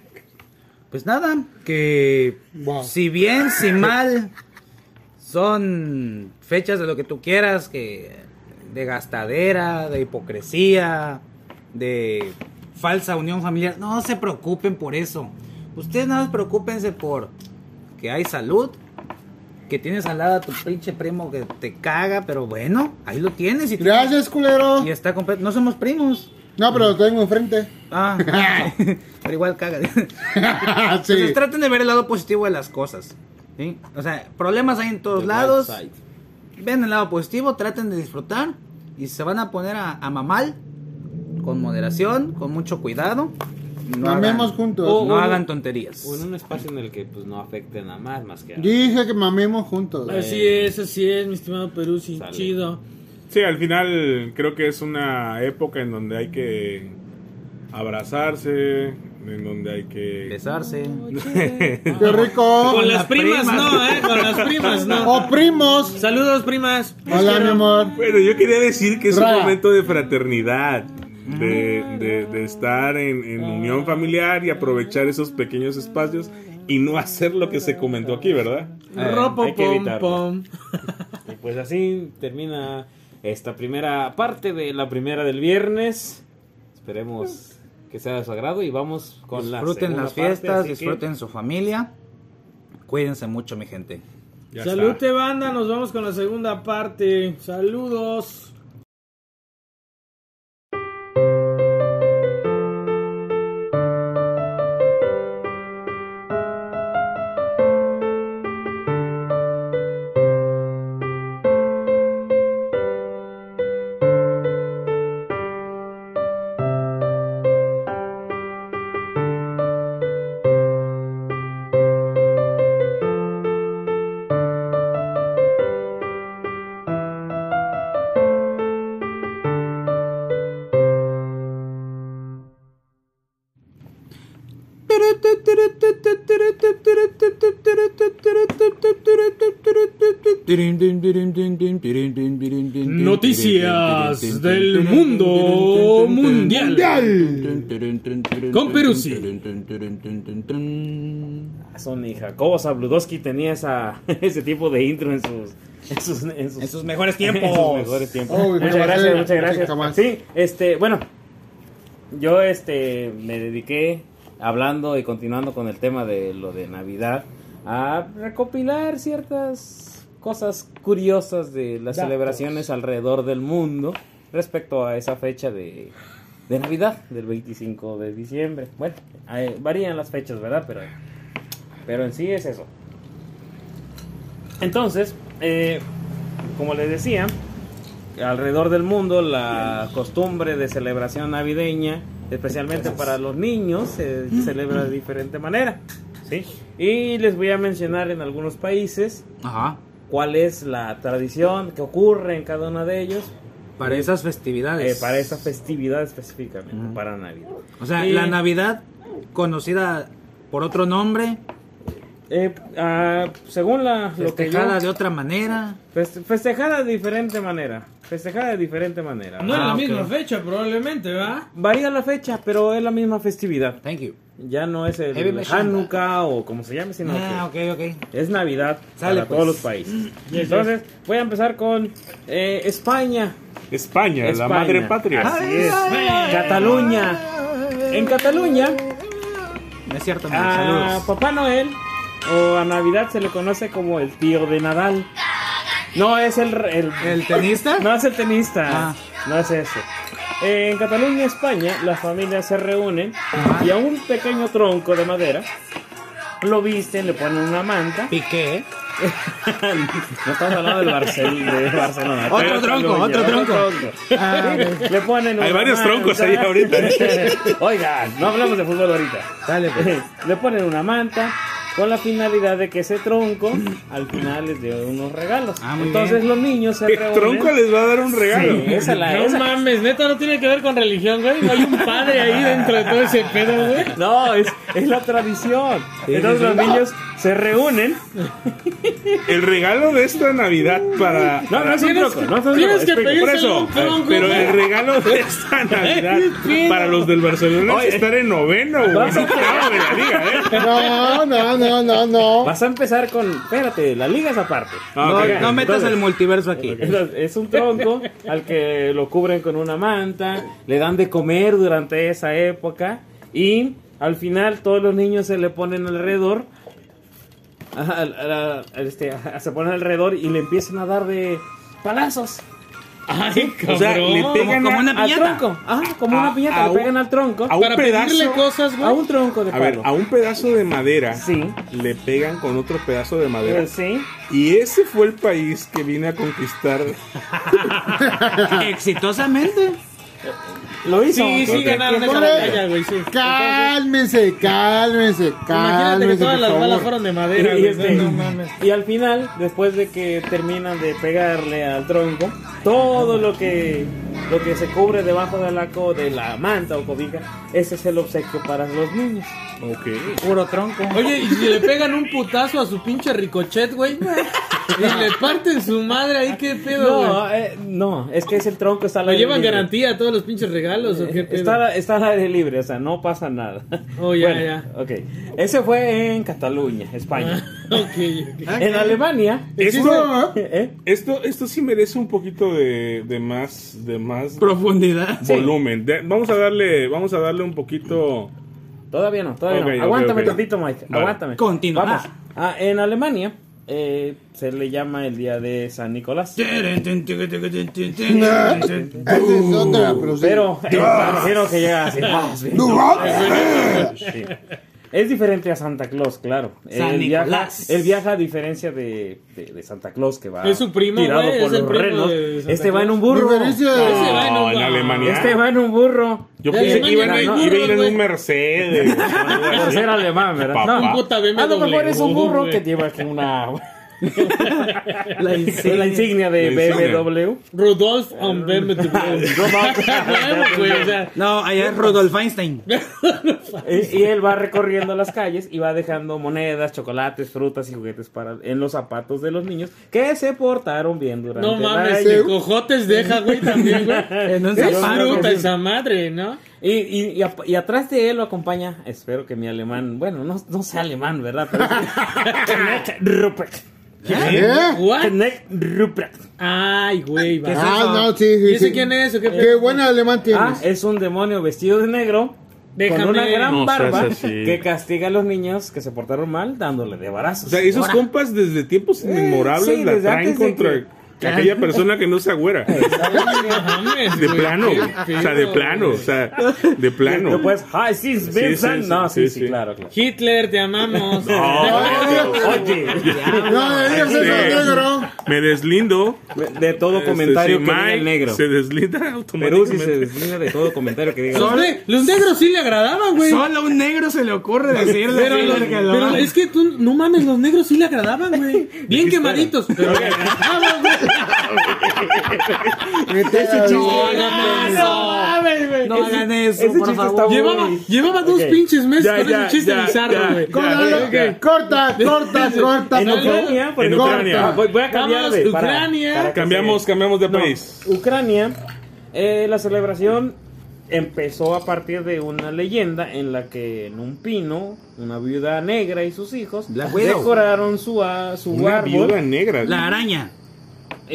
Speaker 1: Pues nada, que
Speaker 2: Wow.
Speaker 1: si bien, si mal, son fechas de lo que tú quieras, que de gastadera, de hipocresía, de falsa unión familiar. No se preocupen por eso. Ustedes nada más preocupense por que hay salud, que tienes al lado a tu pinche primo que te caga, pero bueno, ahí lo tienes y,
Speaker 2: Gracias, culero.
Speaker 1: y está completo. No somos primos.
Speaker 2: No, pero lo tengo enfrente.
Speaker 1: Ah, pero igual caga.
Speaker 2: sí.
Speaker 1: Entonces traten de ver el lado positivo de las cosas. ¿sí? O sea, problemas hay en
Speaker 3: The
Speaker 1: todos
Speaker 3: right
Speaker 1: lados.
Speaker 3: side.
Speaker 1: Ven el lado positivo, traten de disfrutar. Y se van a poner a, a mamal con moderación, con mucho cuidado. No
Speaker 2: Mamemos
Speaker 1: hagan,
Speaker 2: juntos.
Speaker 1: no
Speaker 3: O- o-
Speaker 1: hagan tonterías.
Speaker 3: O en un espacio en el que pues no afecte nada más, más que a-
Speaker 2: Dije que mamemos juntos.
Speaker 6: Así es, así es, mi estimado Perú, sí,
Speaker 3: Sale.
Speaker 6: chido.
Speaker 4: Sí, al final creo que es una época en donde hay que abrazarse, en donde hay que...
Speaker 1: Besarse.
Speaker 2: Qué rico.
Speaker 6: Con las
Speaker 1: las primas.
Speaker 6: primas no, eh, con las primas no.
Speaker 2: O primos.
Speaker 6: Saludos, primas.
Speaker 2: Oh, Hola, mi amor.
Speaker 4: Bueno, yo quería decir que es
Speaker 2: Ra.
Speaker 4: un momento de fraternidad, de, de- de estar en, en unión familiar y aprovechar esos pequeños espacios y no hacer lo que se comentó aquí, ¿verdad?
Speaker 6: Ropo,
Speaker 3: hay que
Speaker 6: pom,
Speaker 3: evitarlo.
Speaker 6: pom.
Speaker 3: Y pues así termina esta primera parte de la primera del viernes. Esperemos que sea de su agrado y vamos con la
Speaker 1: disfruten
Speaker 3: segunda
Speaker 1: las
Speaker 3: parte,
Speaker 1: fiestas,
Speaker 3: así que-
Speaker 1: disfruten su familia. Cuídense mucho, mi gente.
Speaker 4: Ya está.
Speaker 6: Salute, banda, nos vamos con la segunda parte. Saludos.
Speaker 5: Noticias del mundo mundial. Con Peruzzi.
Speaker 3: Ah, Son y Jacobo Zabludowski tenía esa, ese tipo de intro en sus, en sus, en sus,
Speaker 1: En sus mejores
Speaker 3: en sus
Speaker 1: tiempos.
Speaker 3: mejores tiempos.
Speaker 2: Oh,
Speaker 3: muchas
Speaker 2: jamás,
Speaker 3: gracias, muchas
Speaker 2: jamás.
Speaker 3: gracias. Sí, este, bueno, yo este me dediqué hablando y continuando con el tema de lo de Navidad a recopilar ciertas cosas curiosas de las celebraciones alrededor del mundo respecto a esa fecha de, de Navidad del 25 de diciembre. Bueno, eh, varían las fechas, ¿verdad? Pero pero en sí es eso. Entonces, eh, como les decía, alrededor del mundo la costumbre de celebración navideña, especialmente para los niños, se celebra de diferente manera. ¿sí? Y les voy a mencionar en algunos países
Speaker 1: Ajá.
Speaker 3: cuál es la tradición que ocurre en cada uno de ellos
Speaker 1: Para esas
Speaker 3: eh,
Speaker 1: festividades.
Speaker 3: para esa festividad específicamente, para Navidad.
Speaker 1: O sea,
Speaker 3: Y,
Speaker 1: la Navidad, conocida por otro nombre,
Speaker 3: eh, ah, según la, lo que yo-
Speaker 1: festejada de otra manera.
Speaker 3: feste- festejada de diferente manera. Festejada de diferente manera.
Speaker 6: No es
Speaker 1: Ah,
Speaker 6: la
Speaker 1: ok.
Speaker 6: misma fecha, probablemente, ¿verdad?
Speaker 3: Varía la fecha, pero es la misma festividad.
Speaker 1: Thank you.
Speaker 3: Ya no es
Speaker 1: Heavy
Speaker 3: el
Speaker 1: Machine.
Speaker 3: Hanukkah o como se llame, sino
Speaker 1: Ah,
Speaker 3: que
Speaker 1: ok, ok.
Speaker 3: es Navidad
Speaker 1: Sale,
Speaker 3: para
Speaker 1: pues.
Speaker 3: todos los países. Entonces, voy a empezar con eh, España.
Speaker 4: España, la
Speaker 3: España. Ah,
Speaker 4: madre patria.
Speaker 3: Así es. Cataluña. En Cataluña,
Speaker 1: No es cierto, Miguel,
Speaker 3: a
Speaker 1: Ah, saludos.
Speaker 3: Papá Noel o a Navidad se le conoce como el tío de Nadal. No es el, el-
Speaker 1: ¿El tenista?
Speaker 3: no es el tenista,
Speaker 1: Ah.
Speaker 3: no es ese. En Cataluña, España, las familias se reúnen y a un pequeño tronco de madera lo visten, le ponen una manta.
Speaker 1: Piqué.
Speaker 3: no estamos hablando del Barcel- de Barcelona.
Speaker 1: Otro
Speaker 3: Pero
Speaker 1: tronco,
Speaker 3: Cataluña,
Speaker 1: otro tronco. Ah,
Speaker 3: Le ponen
Speaker 4: Hay
Speaker 3: una
Speaker 4: varios
Speaker 3: manta.
Speaker 4: troncos ahí ahorita, ¿eh?
Speaker 3: Oigan, no hablamos de fútbol ahorita.
Speaker 1: Dale, pues.
Speaker 3: Le ponen una manta con la finalidad de que ese tronco al final les dé unos regalos.
Speaker 1: Ah, muy
Speaker 3: Entonces
Speaker 1: bien.
Speaker 3: los niños se
Speaker 4: El
Speaker 3: reúnen.
Speaker 4: tronco les va a dar un regalo. ¿eh?
Speaker 3: Sí, esa la
Speaker 6: No
Speaker 3: esa-
Speaker 6: mames, neta, no tiene que ver con religión, güey. No hay un padre ahí dentro de todo ese pedo, güey.
Speaker 3: No, es, es la tradición.
Speaker 1: Sí,
Speaker 3: Entonces
Speaker 1: sí, sí.
Speaker 3: los niños se reúnen.
Speaker 4: El regalo de esta Navidad para.
Speaker 3: No, no es un
Speaker 6: Tienes
Speaker 3: tronco.
Speaker 6: que-
Speaker 3: No es un tronco.
Speaker 6: tienes que
Speaker 3: explico.
Speaker 6: pedir-
Speaker 4: Por eso, eh,
Speaker 6: Es un tronco,
Speaker 4: pero
Speaker 6: güey.
Speaker 4: el regalo de esta Navidad
Speaker 6: pedo.
Speaker 4: para los del Barcelona es
Speaker 3: Oye.
Speaker 4: estar en noveno o en
Speaker 3: Vas a-
Speaker 4: octavo de la liga, ¿eh?
Speaker 2: No, no, no, no, no.
Speaker 3: Vas a empezar con. Espérate, la liga es aparte.
Speaker 4: Ah,
Speaker 1: No,
Speaker 4: ok.
Speaker 1: no metas el multiverso aquí.
Speaker 3: Entonces, es un tronco al que lo cubren con una manta, le dan de comer durante esa época y al final todos los niños se le ponen alrededor, ajá, al- al- al- este, ajá, se ponen alrededor y le empiezan a dar de palazos.
Speaker 6: Ay,
Speaker 4: O sea, le pegan
Speaker 1: Como- como
Speaker 4: a-
Speaker 1: una
Speaker 3: al
Speaker 1: piñata.
Speaker 3: tronco, ajá, como
Speaker 4: A-
Speaker 3: una piñata,
Speaker 4: a
Speaker 3: le
Speaker 4: un-
Speaker 3: pegan al tronco,
Speaker 4: a un
Speaker 3: a un,
Speaker 6: Para pedirle
Speaker 4: pedazo.
Speaker 6: cosas, güey.
Speaker 3: tronco de
Speaker 4: A ver,
Speaker 3: palo.
Speaker 4: a un pedazo de madera
Speaker 3: Sí.
Speaker 4: le pegan con otro pedazo de madera.
Speaker 3: Eh, sí.
Speaker 4: Y ese fue el país que vine a conquistar.
Speaker 1: Exitosamente.
Speaker 3: Lo hizo.
Speaker 6: Sí, sí,
Speaker 4: Ok.
Speaker 6: ganaron esa
Speaker 2: Entonces-
Speaker 6: batalla, güey, sí.
Speaker 2: Cálmense, cálmense,
Speaker 6: Imagínate que
Speaker 2: cálmense,
Speaker 6: todas
Speaker 2: por
Speaker 6: las balas
Speaker 2: favor.
Speaker 6: fueron de
Speaker 3: Y,
Speaker 6: madera, güey.
Speaker 3: este,
Speaker 6: No mames.
Speaker 3: y al final, después de que terminan de pegarle al tronco, todo lo que lo que se cubre debajo del laco de la manta o cobija, ese es el obsequio para los niños.
Speaker 4: Ok.
Speaker 1: Puro tronco.
Speaker 6: Oye, y si le pegan un putazo a su pinche ricochet, güey. Y le parten su madre ahí, qué pedo, güey.
Speaker 3: No, eh, no, es que es el tronco está al
Speaker 6: ¿Lo
Speaker 3: aire
Speaker 6: llevan
Speaker 3: libre.
Speaker 6: garantía a todos los pinches regalos o qué
Speaker 3: Eh,
Speaker 6: pedo?
Speaker 3: Está, está al aire libre, o sea, no pasa nada.
Speaker 6: Oh, ya,
Speaker 3: Bueno,
Speaker 6: ya.
Speaker 3: Ok. Ese fue en Cataluña, España.
Speaker 6: Ok, ok.
Speaker 3: En Alemania.
Speaker 4: Esto,
Speaker 3: ¿eh?
Speaker 4: esto, esto sí merece un poquito de, de más, de más
Speaker 1: Profundidad.
Speaker 4: volumen. De- vamos a darle, vamos a darle un poquito.
Speaker 3: Todavía no, todavía
Speaker 4: Ok, ok,
Speaker 3: no. Aguántame
Speaker 4: ok.
Speaker 3: tantito, Mike.
Speaker 4: Vale.
Speaker 3: Aguántame.
Speaker 1: Continúa.
Speaker 3: Vamos. Ah, en Alemania eh, se le llama el día de San Nicolás.
Speaker 2: Esa es otra, pero sí.
Speaker 3: Pero el parcero que llega así. más bien.
Speaker 6: Ah,
Speaker 3: Sí. Es diferente a Santa Claus, claro.
Speaker 1: San
Speaker 3: él, viaja,
Speaker 1: Nicolás.
Speaker 3: él viaja a diferencia de, de, de Santa Claus que va
Speaker 6: Es su primo,
Speaker 3: tirado
Speaker 6: güey,
Speaker 3: por
Speaker 6: es
Speaker 3: los
Speaker 6: el primo
Speaker 3: renos.
Speaker 6: de Santa
Speaker 3: Este va en
Speaker 6: Claus.
Speaker 3: un burro.
Speaker 2: Diferencia de-
Speaker 6: Ese va en
Speaker 4: No,
Speaker 6: un-
Speaker 4: en Alemania.
Speaker 3: Este va en un burro.
Speaker 4: Yo
Speaker 6: Ya,
Speaker 4: pensé que
Speaker 6: Alemania
Speaker 4: iban
Speaker 6: no
Speaker 4: a,
Speaker 6: hay
Speaker 4: iba
Speaker 6: burros,
Speaker 4: a ir en
Speaker 6: güey.
Speaker 4: un Mercedes.
Speaker 3: Por ser alemán, ¿verdad?
Speaker 4: Papá.
Speaker 6: Un puta BMW,
Speaker 3: Ah, A lo mejor es un burro
Speaker 6: güey.
Speaker 3: que lleva aquí una
Speaker 1: La
Speaker 3: Sí, la insignia de
Speaker 4: La insignia.
Speaker 3: BMW.
Speaker 6: Rudolf on um, BMW. Huevo, güey, o sea,
Speaker 1: No, allá es Rudolf Einstein.
Speaker 3: Eh, Y él va recorriendo las calles y va dejando monedas, chocolates, frutas y juguetes para en los zapatos de los niños que se portaron bien durante
Speaker 6: No
Speaker 3: el
Speaker 6: mames,
Speaker 3: año.
Speaker 6: el cojotes deja, güey, también, güey.
Speaker 1: En un
Speaker 6: Es
Speaker 1: zapato.
Speaker 6: fruta esa madre, ¿no?
Speaker 3: Y, y, y ap- y atrás de él lo acompaña, espero que mi alemán, bueno, no, no sea alemán, ¿verdad? Pero Knecht Ruprecht.
Speaker 2: ¿Eh?
Speaker 6: ¿What?
Speaker 3: Knecht Ruprecht.
Speaker 6: Ay, güey, va.
Speaker 1: ¿Qué es
Speaker 2: Ah,
Speaker 1: eso?
Speaker 2: no, sí, sí,
Speaker 6: ¿Y ese
Speaker 2: sí.
Speaker 6: quién es o qué
Speaker 2: Qué
Speaker 6: pedo?
Speaker 2: buen alemán
Speaker 3: Ah,
Speaker 2: tienes.
Speaker 3: es un demonio vestido de negro.
Speaker 6: Déjame.
Speaker 3: Con una gran
Speaker 4: No seas
Speaker 3: barba
Speaker 4: así.
Speaker 3: que castiga a los niños que se portaron mal dándole de
Speaker 4: O
Speaker 3: barazos.
Speaker 4: sea, esos compas desde tiempos inmemorables
Speaker 3: Eh, sí,
Speaker 4: la
Speaker 3: desde
Speaker 4: traen
Speaker 3: antes de
Speaker 4: contra aquella persona que no se agüera.
Speaker 6: No mames,
Speaker 4: De
Speaker 6: güey,
Speaker 4: plano,
Speaker 6: qué
Speaker 4: güey. o sea, de
Speaker 6: pedo,
Speaker 4: plano, o
Speaker 6: güey.
Speaker 4: sea, de plano.
Speaker 3: Después, pues, hi, sis, Vincent.
Speaker 4: sí,
Speaker 3: no,
Speaker 4: sí,
Speaker 3: sí,
Speaker 4: sí.
Speaker 3: sí, claro, claro.
Speaker 6: Hitler, te amamos.
Speaker 4: No,
Speaker 3: Oye,
Speaker 2: No, debería ser
Speaker 4: Sí.
Speaker 2: negro.
Speaker 4: me deslindo.
Speaker 3: De todo
Speaker 4: Este,
Speaker 3: comentario
Speaker 4: sí,
Speaker 3: que diga
Speaker 4: Mike
Speaker 3: el negro.
Speaker 4: Se deslinda
Speaker 3: Perú sí
Speaker 4: automáticamente.
Speaker 3: se deslinda de todo comentario que diga.
Speaker 6: Los, ne- los negros sí le agradaban, güey.
Speaker 1: Solo a un negro se le ocurre decirle
Speaker 6: Pero,
Speaker 1: así,
Speaker 6: los-
Speaker 1: porque
Speaker 6: pero
Speaker 1: lo-
Speaker 6: es que tú, no mames, los negros sí le agradaban, güey. Bien quemaditos, pero le agradaban, güey.
Speaker 2: Vete a la verga.
Speaker 5: mames, güey.
Speaker 1: No hagan eso,
Speaker 3: ese
Speaker 1: por
Speaker 3: chiste
Speaker 1: favor.
Speaker 3: está muy-
Speaker 6: Llevaba, llevaba dos
Speaker 3: Ok.
Speaker 6: pinches meses
Speaker 4: Ya,
Speaker 6: con
Speaker 4: ya,
Speaker 6: ese chiste
Speaker 4: ya, ya.
Speaker 6: bizarro, güey.
Speaker 4: Ya,
Speaker 2: Corta,
Speaker 4: ya, ya.
Speaker 2: Corta, corta, corta.
Speaker 3: En
Speaker 2: por favor.
Speaker 3: Ucrania, por
Speaker 4: En
Speaker 3: ejemplo.
Speaker 4: Ucrania.
Speaker 3: Ah, Voy, voy a cambiar
Speaker 6: Vámonos,
Speaker 3: de para-
Speaker 6: Ucrania.
Speaker 3: para que
Speaker 4: Cambiamos,
Speaker 3: se-
Speaker 4: cambiamos de
Speaker 3: No,
Speaker 4: país.
Speaker 3: Ucrania, eh, la celebración empezó a partir de una leyenda en la que en un pino, una viuda negra y sus hijos
Speaker 1: Black Widow.
Speaker 3: decoraron su, a- su
Speaker 4: Una viuda
Speaker 3: árbol
Speaker 4: negra.
Speaker 1: La araña.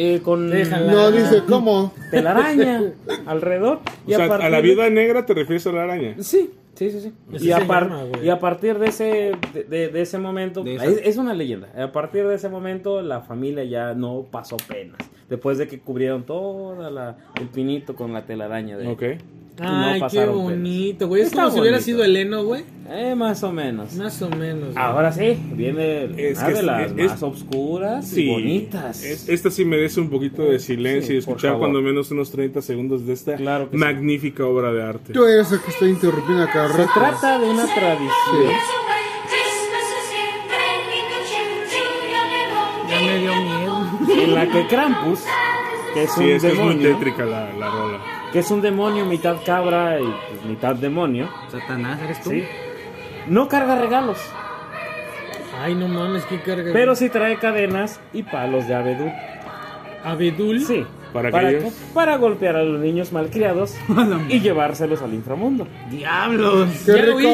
Speaker 3: eh, con
Speaker 6: Déjala.
Speaker 2: No, dice, ¿cómo?
Speaker 3: telaraña alrededor.
Speaker 4: O sea, a la
Speaker 3: partir
Speaker 4: viuda negra te refieres a la araña.
Speaker 3: Sí, sí, sí, sí.
Speaker 6: Así
Speaker 3: Y a,
Speaker 6: se
Speaker 3: par-
Speaker 6: llama, güey.
Speaker 3: y a partir de ese, de, de- de ese momento,
Speaker 1: De esa.
Speaker 3: es, es una leyenda, a partir de ese momento la familia ya no pasó penas. Después de que cubrieron toda la, el pinito con la telaraña de...
Speaker 4: Ok.
Speaker 6: Ay, qué
Speaker 3: pasaron penas.
Speaker 6: bonito, güey. Es
Speaker 3: Está
Speaker 6: como si hubiera
Speaker 3: bonito.
Speaker 6: sido el heno, güey.
Speaker 3: Eh, más o menos.
Speaker 6: Más o menos. güey.
Speaker 3: Ahora sí, viene
Speaker 4: Es
Speaker 3: una
Speaker 4: que
Speaker 3: de
Speaker 4: es-
Speaker 3: las
Speaker 4: es-
Speaker 3: más obscuras
Speaker 4: Sí.
Speaker 3: y bonitas.
Speaker 4: Es- esta sí merece un poquito de silencio
Speaker 3: Sí,
Speaker 4: y
Speaker 3: por
Speaker 4: escuchar
Speaker 3: favor.
Speaker 4: cuando menos unos 30 segundos de esta
Speaker 3: Claro que sí.
Speaker 4: magnífica obra de arte.
Speaker 2: Yo eres el que estoy interrumpiendo a cada
Speaker 3: Se
Speaker 2: rato.
Speaker 3: trata de una tradición.
Speaker 1: Ya me dio miedo.
Speaker 3: en la que Krampus, que es un
Speaker 4: Sí, es que es muy
Speaker 3: demonio,
Speaker 4: tétrica la, la rola.
Speaker 3: que es un demonio mitad cabra y pues, mitad demonio,
Speaker 1: Satanás, ¿eres tú?
Speaker 3: ¿sí? no carga regalos,
Speaker 6: Ay, no mames, qué carga.
Speaker 3: pero sí trae cadenas y palos de abedul.
Speaker 6: Abedul.
Speaker 3: Sí.
Speaker 4: ¿Para
Speaker 3: para,
Speaker 4: aquellos?
Speaker 3: para golpear a los niños malcriados y llevárselos al inframundo.
Speaker 1: ¡Diablos!
Speaker 2: ¡Qué
Speaker 6: ¿Ya lo
Speaker 2: rico!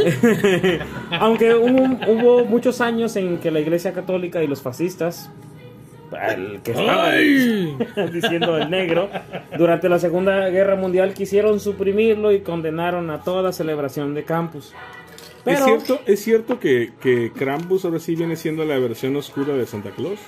Speaker 6: viste, Yael?
Speaker 3: Aunque hubo, hubo muchos años en que la iglesia católica y los fascistas, el que estaba
Speaker 6: Ay.
Speaker 3: diciendo el negro, durante la Segunda Guerra Mundial quisieron suprimirlo y condenaron a toda celebración de campus. Pero
Speaker 4: ¿Es cierto, es cierto que, que Krampus ahora sí viene siendo la versión oscura de Santa Claus?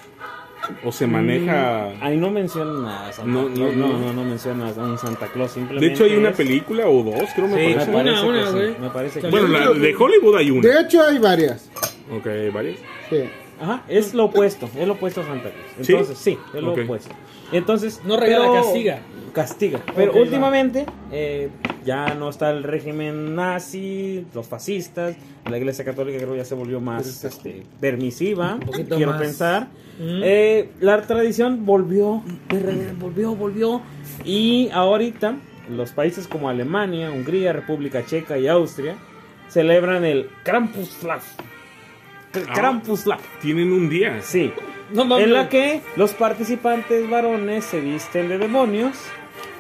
Speaker 4: ¿O se maneja...?
Speaker 3: ahí no menciona a Santa
Speaker 4: Ah. No, no,
Speaker 3: Claus, no,
Speaker 4: no.
Speaker 3: no, no menciona a un Santa Claus.
Speaker 4: De
Speaker 3: Simplemente
Speaker 4: hecho hay una
Speaker 3: es-
Speaker 4: película o dos, creo me
Speaker 3: Me
Speaker 4: parece.
Speaker 3: parece
Speaker 6: Una,
Speaker 3: que
Speaker 6: una,
Speaker 3: sí,
Speaker 6: güey.
Speaker 3: me parece que
Speaker 4: Bueno,
Speaker 3: sí.
Speaker 4: la, de Hollywood hay una.
Speaker 2: De hecho, hay varias.
Speaker 4: Ok, varias.
Speaker 2: Sí.
Speaker 3: Ajá, es lo opuesto, es lo opuesto a Santa Cruz.
Speaker 4: ¿Sí?
Speaker 3: Entonces, sí, es lo
Speaker 4: Ok.
Speaker 3: opuesto. Entonces,
Speaker 6: No regala, castiga.
Speaker 3: Castiga. Pero
Speaker 6: Ok, va.
Speaker 3: últimamente eh, ya no está el régimen nazi, los fascistas, la Iglesia Católica creo ya se volvió más este, permisiva,
Speaker 1: poquito
Speaker 3: quiero
Speaker 1: más.
Speaker 3: pensar.
Speaker 6: Mm.
Speaker 3: Eh, la tradición volvió, de re- volvió, volvió. Y ahorita los países como Alemania, Hungría, República Checa y Austria celebran el Krampuslav. Kr-
Speaker 4: Ah.
Speaker 3: Krampuslav.
Speaker 4: Tienen un día.
Speaker 3: Sí.
Speaker 6: No mames.
Speaker 3: En la que los participantes varones se visten de demonios,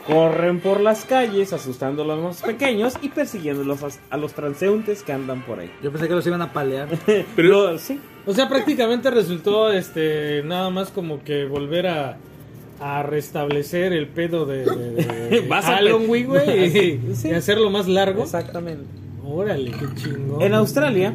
Speaker 3: corren por las calles asustando a los más pequeños y persiguiendo a los- a los transeúntes que andan por ahí.
Speaker 1: Yo pensé que los iban a palear.
Speaker 4: Pero-
Speaker 3: Lo- sí.
Speaker 6: O sea, prácticamente resultó este nada más como que volver a, a restablecer el pedo de, de, de
Speaker 3: Vas a-
Speaker 6: Halloween, güey, y,
Speaker 3: Sí.
Speaker 6: y hacerlo más largo.
Speaker 3: Exactamente.
Speaker 6: Órale, qué chingón.
Speaker 3: En Australia,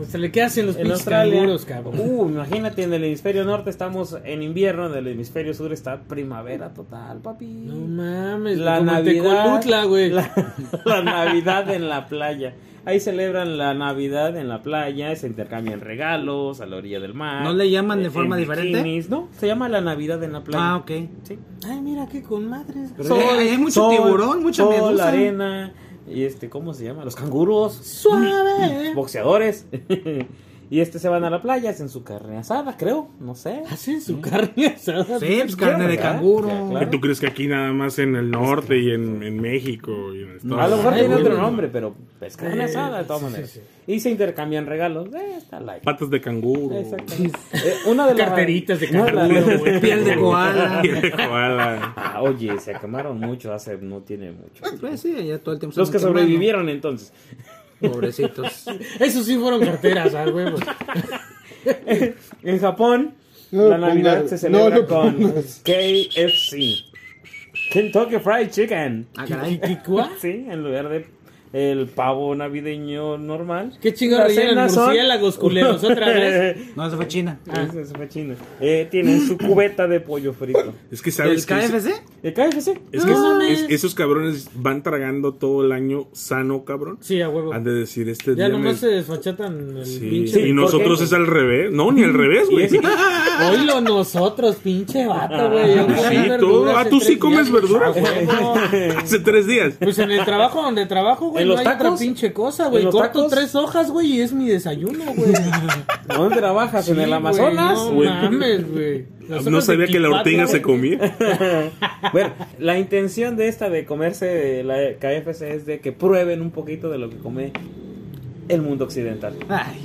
Speaker 6: O sea, le qué hacen los
Speaker 3: en
Speaker 6: pinches
Speaker 3: Australia,
Speaker 6: canguros, cabrón.
Speaker 3: uh, imagínate en el hemisferio norte estamos en invierno, en el hemisferio sur está primavera total, papi.
Speaker 6: No mames,
Speaker 3: la
Speaker 6: como en Tecolutla,
Speaker 3: Navidad,
Speaker 6: güey.
Speaker 3: la, la Navidad en la playa. Ahí celebran la Navidad en la playa, se intercambian regalos a la orilla del mar. Eh,
Speaker 1: ¿No le llaman de
Speaker 3: en
Speaker 1: forma diferente?
Speaker 3: bikinis. No, se llama la Navidad en la playa.
Speaker 1: Ah, ok.
Speaker 3: Sí.
Speaker 6: Ay, mira qué con madres.
Speaker 1: Pero hay- hay mucho tiburón, mucha
Speaker 3: sol,
Speaker 1: medusa.
Speaker 3: arena y este, ¿cómo se llama? Los canguros,
Speaker 6: Suave.
Speaker 3: boxeadores. y este se van a la playa, hacen su carne asada, creo, no sé.
Speaker 6: Hacen su carne asada.
Speaker 1: Sí, pues Ah, carne de
Speaker 3: ¿verdad?
Speaker 1: canguro.
Speaker 3: Ya, claro.
Speaker 4: ¿Que tú crees que aquí nada más en el norte y en, en México y en Estados
Speaker 3: A lo mejor
Speaker 4: Unidos?
Speaker 3: tiene otro nombre, pero es carne
Speaker 6: Eh,
Speaker 3: asada de todas
Speaker 6: sí,
Speaker 3: maneras.
Speaker 6: sí,
Speaker 3: Y se intercambian regalos. Eh, está like.
Speaker 4: Patas de canguro.
Speaker 3: Exactamente. Eh, una de las
Speaker 6: Carteritas de
Speaker 3: una las-
Speaker 6: canguro, güey.
Speaker 1: Piel de koala.
Speaker 4: Koala.
Speaker 3: Ah, oye, se quemaron mucho hace no tiene mucho.
Speaker 1: Pues sí, ya todo el tiempo se
Speaker 3: Los
Speaker 1: me
Speaker 3: que
Speaker 1: quemaron.
Speaker 3: sobrevivieron entonces.
Speaker 1: Pobrecitos.
Speaker 6: Esos sí fueron carteras, ah, pues. al huevo.
Speaker 3: En Japón,
Speaker 2: No
Speaker 3: la
Speaker 2: lo
Speaker 3: Navidad
Speaker 2: pongas.
Speaker 3: se celebra
Speaker 2: No lo
Speaker 3: con
Speaker 2: pongas.
Speaker 3: KFC. Kentucky Fried Chicken.
Speaker 1: Ah, caray.
Speaker 6: ¿Y cuál?
Speaker 3: Sí, en lugar de el pavo navideño normal.
Speaker 6: ¿Qué chingados
Speaker 3: Las
Speaker 6: rellenan
Speaker 3: cenas son-
Speaker 6: murciélagos, culeros? ¿Otra vez?
Speaker 1: No, se fue China.
Speaker 3: Ah, se- se fue chino. Eh, tienen su cubeta de pollo frito.
Speaker 4: Es que
Speaker 1: ¿El
Speaker 4: sabes que ese-
Speaker 1: KFC?
Speaker 3: ¿El KFC?
Speaker 4: es que
Speaker 6: No
Speaker 4: es-
Speaker 6: mames.
Speaker 4: es- esos cabrones van tragando todo el año sano, cabrón.
Speaker 6: Sí, a huevo.
Speaker 4: Han de decir este día
Speaker 6: Ya
Speaker 4: me-
Speaker 6: nomás se desfachatan el
Speaker 4: Sí,
Speaker 6: pinche.
Speaker 4: y
Speaker 3: ¿por
Speaker 4: nosotros
Speaker 3: qué?
Speaker 4: es al revés. No, ni al revés, güey.
Speaker 3: ese-
Speaker 6: Hoy lo nosotros, pinche vato, güey. Yo comí
Speaker 4: Sí,
Speaker 6: verduras
Speaker 4: todo. Ah,
Speaker 6: hace
Speaker 4: tú sí
Speaker 6: tres
Speaker 4: comes
Speaker 6: días.
Speaker 4: verduras.
Speaker 6: Huevo.
Speaker 4: Hace tres días.
Speaker 6: Pues en el trabajo donde trabajo, güey,
Speaker 3: ¿En
Speaker 6: no
Speaker 3: los
Speaker 6: hay otra
Speaker 3: tacos?
Speaker 6: pinche cosa,
Speaker 3: ¿En
Speaker 6: güey.
Speaker 3: los
Speaker 6: Corto
Speaker 3: tacos?
Speaker 6: tres hojas, güey, y es mi desayuno, güey.
Speaker 3: ¿Dónde trabajas? ¿En
Speaker 6: Sí,
Speaker 3: el Amazonas?
Speaker 6: güey,
Speaker 4: güey?
Speaker 6: No mames, güey. Las
Speaker 4: No
Speaker 6: hojas de
Speaker 4: sabía que la
Speaker 6: Quilpatla,
Speaker 4: ortiga se
Speaker 6: güey.
Speaker 4: comía.
Speaker 3: Bueno, la intención de esta de comerse la KFC es de que prueben un poquito de lo que come el mundo occidental.
Speaker 1: Ay,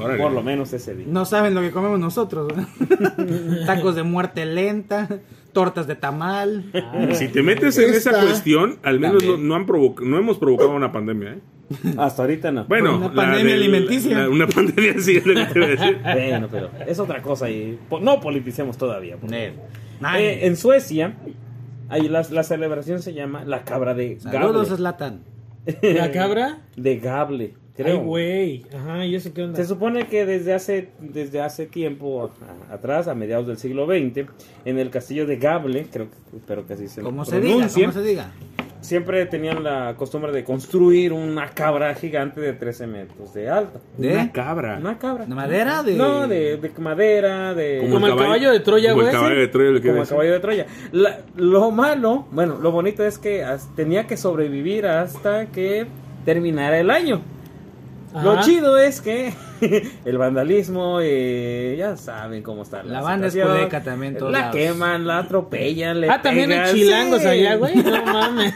Speaker 4: Órale.
Speaker 3: Por lo menos ese día.
Speaker 1: no saben lo que comemos nosotros. ¿no? Tacos de muerte lenta, tortas de tamal.
Speaker 4: Si te metes en
Speaker 2: Esta-
Speaker 4: esa cuestión, al menos no,
Speaker 1: También.
Speaker 4: no han provoca- no hemos provocado una pandemia. ¿eh?
Speaker 3: Hasta ahorita no.
Speaker 4: Bueno,
Speaker 1: Una
Speaker 4: la
Speaker 1: pandemia
Speaker 4: del-
Speaker 1: alimenticia.
Speaker 4: la- una pandemia, sí, es lo que te iba a decir.
Speaker 3: Bueno, pero es otra cosa y po- no politicemos todavía. por
Speaker 1: Eh,
Speaker 3: favor.
Speaker 1: ay.
Speaker 3: Eh, en Suecia, ahí la, la celebración se llama la cabra de
Speaker 1: Saludos,
Speaker 3: Gable.
Speaker 1: Zlatan.
Speaker 6: ¿La cabra?
Speaker 3: De Gable,
Speaker 6: Ay,
Speaker 3: creo.
Speaker 6: güey. Ajá, ¿y eso qué onda?
Speaker 3: Se supone que desde hace, desde hace tiempo a- atrás, a mediados del siglo XX, en el castillo de Gable, creo que, espero que así se
Speaker 1: Como se diga,
Speaker 3: pronuncia,
Speaker 1: como se diga.
Speaker 3: siempre tenían la costumbre de construir una cabra gigante de 13 metros de alta.
Speaker 1: ¿De?
Speaker 4: Una cabra.
Speaker 3: Una cabra.
Speaker 1: ¿De madera? De...
Speaker 3: No, de, de madera, de...
Speaker 6: Como el caballo de Troya,
Speaker 4: como
Speaker 6: güey,
Speaker 4: el caballo
Speaker 6: sí.
Speaker 4: de Troya, lo que
Speaker 3: como
Speaker 4: iba a
Speaker 3: el
Speaker 4: decir.
Speaker 3: caballo de Troya. La- lo malo, bueno, lo bonito es que as- tenía que sobrevivir hasta que terminara el año.
Speaker 6: Ajá.
Speaker 3: Lo chido es que el vandalismo, eh, ya saben cómo está la
Speaker 1: La banda es
Speaker 3: situación.
Speaker 1: culeca también en todos
Speaker 3: La
Speaker 1: lados.
Speaker 3: queman, la atropellan, le
Speaker 6: Ah, también hay
Speaker 3: pegan,
Speaker 6: chilangos
Speaker 3: sí.
Speaker 6: allá, güey. No mames.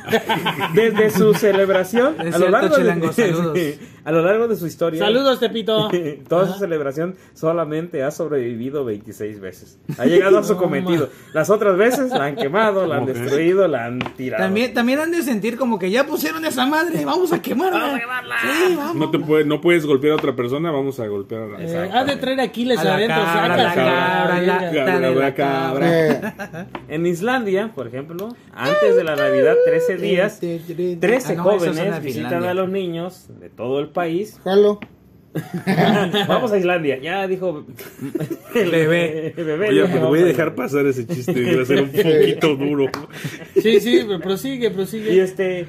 Speaker 3: Desde su celebración,
Speaker 1: Es
Speaker 3: a,
Speaker 1: cierto,
Speaker 3: lo largo
Speaker 1: chilangos, saludos.
Speaker 3: de, a lo largo de su historia.
Speaker 6: Saludos, Tepito.
Speaker 3: Toda su celebración solamente ha sobrevivido 26 veces. Ha llegado a su
Speaker 6: No,
Speaker 3: cometido. Las otras veces la han quemado, la han destruido, la han tirado.
Speaker 1: También, también han de sentir como que ya pusieron esa madre, vamos a quemarla. Sí, vamos.
Speaker 4: No, te puede- no puedes golpear a otra persona, vamos a golpear a la
Speaker 6: Eh, has de traer Aquiles
Speaker 1: A la
Speaker 6: adentro,
Speaker 1: cabra,
Speaker 6: sacas
Speaker 1: la cabra,
Speaker 6: verga.
Speaker 1: la-
Speaker 4: Cabra,
Speaker 1: de
Speaker 4: la cabra.
Speaker 2: Eh,
Speaker 3: En Islandia, por ejemplo, antes de la Navidad, 13 días, 13
Speaker 1: Ah, no, eso suena a
Speaker 3: jóvenes visitan
Speaker 1: Finlandia.
Speaker 3: a los niños de todo el país.
Speaker 2: jalo.
Speaker 3: Vamos a Islandia, ya dijo el
Speaker 1: Bebé.
Speaker 3: bebé.
Speaker 4: Oye,
Speaker 3: dijo,
Speaker 4: pues,
Speaker 3: vamos
Speaker 4: voy a
Speaker 3: a
Speaker 4: dejar pasar ese chiste, va a ser un poquito duro.
Speaker 6: Sí, sí, prosigue,
Speaker 3: Y
Speaker 6: prosigue.
Speaker 3: este,